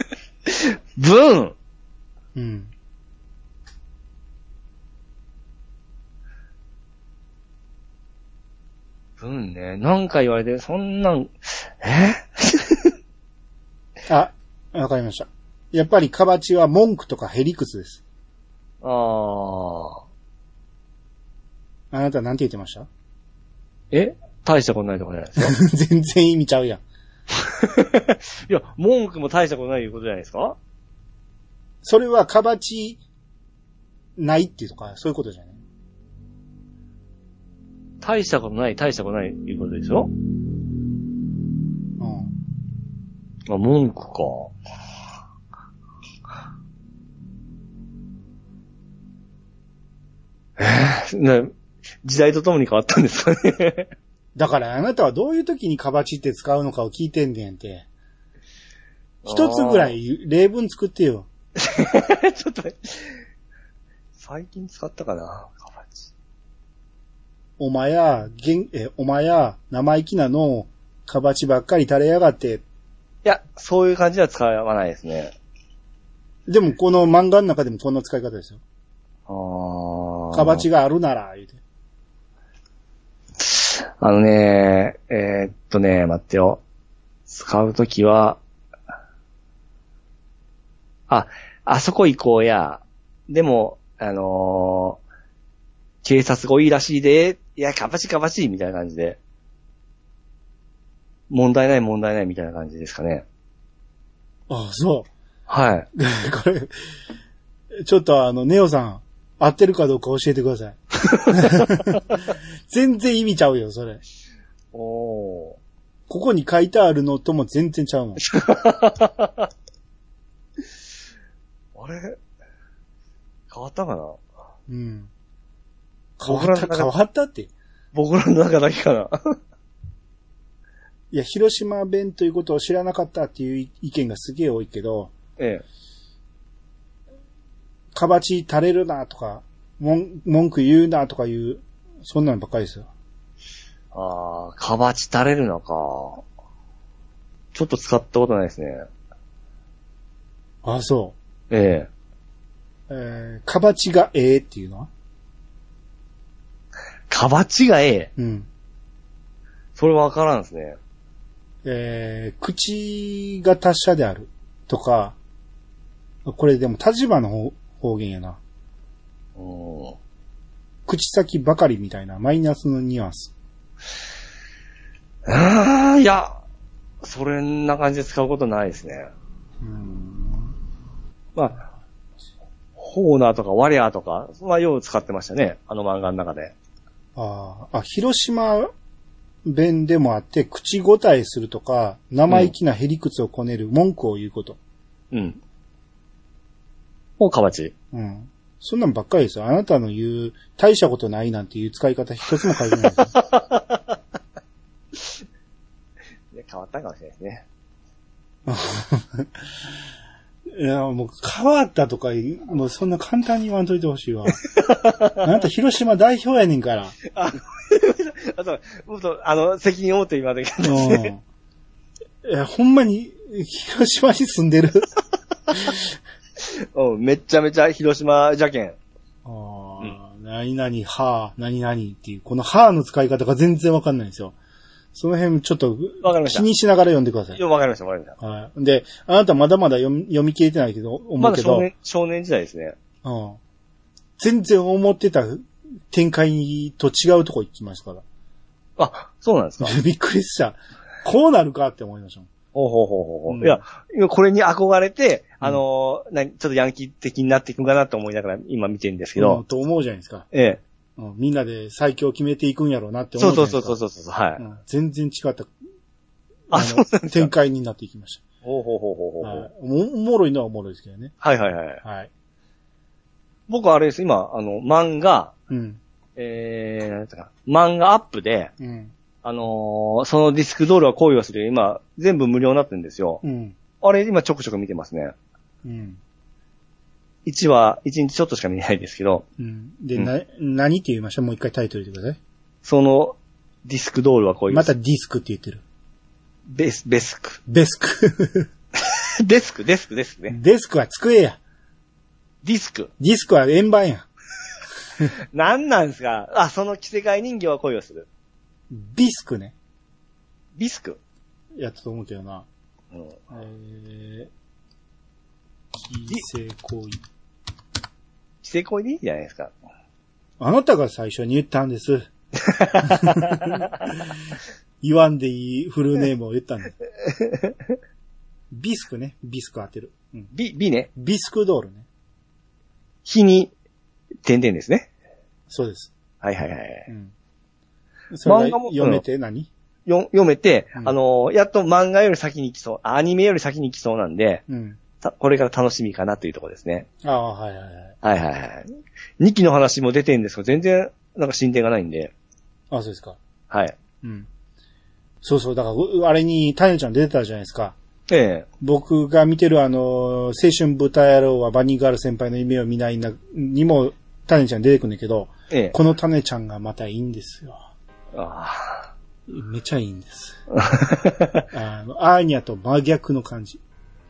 D: 文
C: うん。
D: 文ね、なんか言われて、そんなん、え
C: あ、わかりました。やっぱりカバチは文句とかヘリクツです。
D: ああ、
C: あなたなんて言ってました
D: え大したことないとこじゃないですか
C: 全然意味ちゃうやん。
D: いや、文句も大したことないいうことじゃないですか
C: それはカバチないっていうとか、そういうことじゃない
D: 大したことない、大したことないいうことでしょあ、文句か。えー、ね、時代とともに変わったんですかね。
C: だからあなたはどういう時にカバチって使うのかを聞いてんねんて。一つぐらい例文作ってよ。
D: ちょっと待って、最近使ったかなカバチ。
C: お前や、げん、え、お前や、生意気なのを、カバチばっかり垂れやがって。
D: いや、そういう感じでは使わないですね。
C: でもこの漫画の中でもこんな使い方ですよ。
D: ああ。
C: カバチがあるなら、言うて。
D: あのね、えーっとね、待ってよ。使うときは、あ、あそこ行こうや。でも、あのー警察が多いらしいで、いや、かばちかばち、みたいな感じで。問題ない問題ないみたいな感じですかね。
C: ああ、そう。
D: はい。
C: これ、ちょっとあの、ネオさん、合ってるかどうか教えてくだ さい。全然意味ちゃうよ、それ。
D: おー。
C: ここに書いてあるのとも全然ちゃうもん。
D: あれ変わったかな
C: うん。変
D: 僕
C: わ
D: ら
C: っ
D: の
C: た、
D: 中
C: 変わったって。
D: 僕らの中だけかな
C: いや、広島弁ということを知らなかったっていう意見がすげえ多いけど、
D: ええ。
C: かばち垂れるなとか、文文句言うなとかいう、そんなのばっかりですよ。
D: ああ、かばち垂れるのか。ちょっと使ったことないですね。
C: ああ、そ
D: ええ。
C: う。えー、かばちがええっていうのは
D: かばちがええ。
C: うん。
D: それわからんですね。
C: えー、口が達者であるとか、これでも立場の方方言やな。
D: うん。
C: 口先ばかりみたいなマイナスのニュアンス。
D: ああ、いや、それんな感じで使うことないですね。
C: うん
D: まあ、ホーナーとかワリアーとか、まあ、よう使ってましたね。あの漫画の中で。
C: あーあ、広島弁でもあって、口ごたえするとか、生意気なへりくつをこねる文句を言うこと。
D: うん。もうかばち。
C: うん。そんなんばっかりですよ。あなたの言う、大したことないなんていう使い方一つも書いてないですよ。
D: いや変わったかもしれないですね。
C: いや、もう変わったとか言う、もうそんな簡単に言わんといてほしいわ。 あなた広島代表やねん から。
D: あと、もっと、あの、責任を持って今でき
C: うん。いや、ほんまに、広島に住んでる。
D: うん、めっちゃめちゃ広島じゃけん。
C: ああ、何々、はあ、何々っていう、このはあの使い方が全然わかんないんですよ。その辺ちょっと
D: わかりました
C: 気にしながら読んでください。
D: よ、わかりました、わかりまし
C: はい。で、あなたまだまだ読み読み切れてないけど、
D: た。
C: 思
D: ま
C: う
D: だ
C: けど、
D: 少年、少年時代ですね。
C: うん、全然思ってた展開と違うとこ行きました から。
D: あ、そうなんですか。
C: びっくりした。こうなるかって思いましたもん。
D: ほうほうほうほうほう。
C: うん
D: いや、今これに憧れて、あのー、なにちょっとヤンキー的になっていくんかなと思いながら今見てるんですけ
C: うん
D: ど、
C: と思うじゃないですか、
D: ええ。
C: うん。みんなで最強を決めていくんやろうなって思
D: そうう
C: じゃ
D: そ
C: な
D: う
C: いですか。
D: そうそうそうそう、はい。
C: うん全然違った、
D: あ、そうなんで
C: の、
D: す
C: 展
D: か。
C: 開になっていきまし
D: ほうほうほうほうほ
C: た。
D: うほ
C: は
D: う。
C: い、おおもろいのはおもろいですけどね。
D: はいはいはい。
C: はい。
D: 僕あれです、今、あの、漫画、
C: うん。
D: えー、なんですか、漫画アップで、
C: うん。
D: あのー、そのディスクドールは恋をする、今、全部無料になってるんですよ。
C: うん。
D: あれ、今ちょくちょく見てますね。
C: うん。
D: 1話、1日ちょっとしか見ないですけど、
C: うん。で、
D: うん
C: な、何って言いましたもう一回タイトル言ってくださ
D: その、ディスクドールはこう
C: い。
D: いう。
C: またディスクって言ってる。
D: ベス、ベスク。
C: デスク。
D: デスク、デスク、デスクね。
C: デスクは机や。
D: ディスク。
C: ディスクは円盤や。
D: なんなんですかあ、その着せ替え人形は恋をする。
C: ディスクね。
D: ビスク。
C: やったと思うけどな。
D: うん。
C: えー、非正行為。
D: 着せ恋でいいんじゃないですか。
C: あなたが最初に言ったんです。 言わんでいいフルネームを言 ったんです。ビスクね。ビスク当てる。うん。
D: ビ、ビね。
C: ビスクドールね。
D: 日に、点々ですね。
C: そうです。
D: はいはいはい。
C: うん。それ
D: 漫画
C: が
D: も
C: 読めて何
D: よ読めて、
C: うん
D: あの、やっと漫画より先に来そう、アニメより先に来そうなんで、
C: うん。
D: たこれから楽しみかなというところですね。
C: ああ、はいはいはい。
D: はいはいはい。2期の話も出てんですけど、全然、なんか進展がないんで、
C: あそうですか。
D: はい。
C: うん。そうそう、だからう、あれに、タネちゃん出てたじゃないですか。
D: ええ
C: 僕が見てるあの、青春豚野郎はバニーガール先輩の夢を見ないな、にも、タネちゃん出てくるんだけど、
D: ええ
C: このタネちゃんがまたいいんですよ。
D: あ
C: めちゃいいんです。
D: ー
C: あの、アーニャと真逆の感じ。い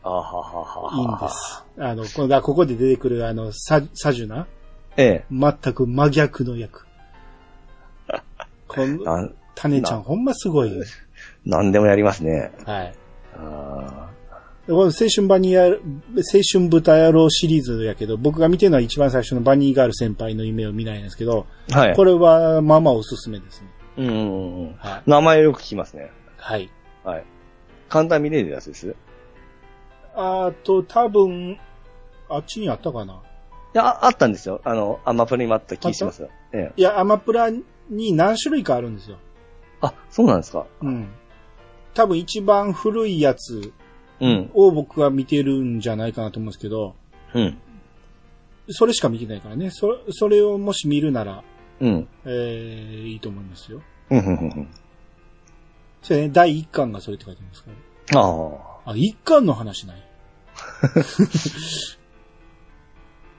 D: あははははい
C: んです。あの、このだここで出てくるあの、ササジュナ
D: ええ
C: 全く真逆の 役。この、
D: なん、
C: タネちゃんほんますごいよ。
D: なんでもやりますね。
C: はい。
D: あ
C: この青春バニー青春豚野郎シリーズやけど、僕が見てるのは一番最初のバニーガール先輩の夢を見ないんですけど、
D: ーはい。
C: これはまあまあおすすめですね。
D: うんうんうん。
C: はい。
D: 名前よく聞きますね。
C: はい。
D: はい。簡単に見れるやつです。い
C: あと、多分、あっちにあったかな
D: や、ああったんですよ。あの、アマプラにもあった気します。ええ。
C: いや、アマプラに何種類かあるんですよ。
D: あ、そうなんですか。
C: うん。多分一番古いやつ
D: うん。
C: を僕は見てるんじゃないかなと思うんですけど、
D: うん。
C: それしか見てないからね。それ、それをもし見るなら、
D: うん。
C: えー、いいと思いますよ。
D: うん、うん、うんうん。
C: それね、第1巻がそれって書いてますから、ね。
D: あ
C: あ、1巻の話ない。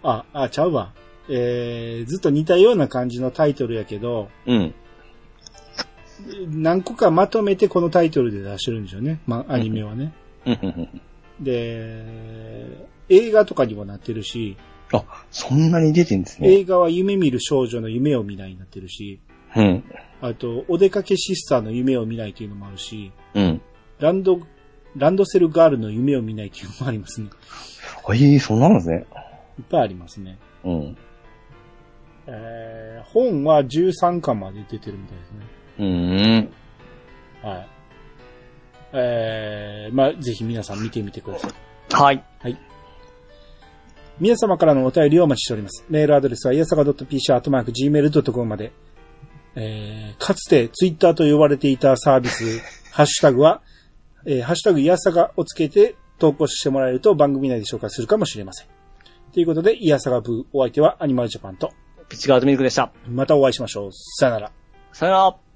C: あ、あ、ちゃうわ。えー、ずっと似たような感じのタイトルやけど、
D: あ。うん。
C: 何個かまとめてこのタイトルで出してるんでしょうね。まあ、アニメはね。
D: うん、うん、うん。
C: で、映画とかにもなってるし、
D: あ、そんなに出てんですね。
C: 映画は夢見る少女の夢を見ないになってるし、
D: うん。
C: あと、お出かけシスターの夢を見ないというのもあるし、
D: うん。
C: ランド、ランドセルガールの夢を見ないというのもありますね。
D: あ、いい、そんなのですね。
C: いっぱいありますね。
D: うん。
C: えー、本は13巻まで出てるみたいですね。
D: うん。
C: はい。えー、まあ、ぜひ皆さん見てみてください。
D: はい。
C: 皆様からのお便りをお待ちしております。メールアドレスは、いやさか .pc.gmail.com まで。えー、かつてツイッターと呼ばれていたサービス、ハッシュタグは、えーハッシュタグいやさがをつけて投稿してもらえると番組内で紹介するかもしれません。ということで、いやさがブー、お相手はアニマルジャパンと、
D: ピッチガードミルクでした。
C: またお会いしましょう。さよなら。
D: さよなら。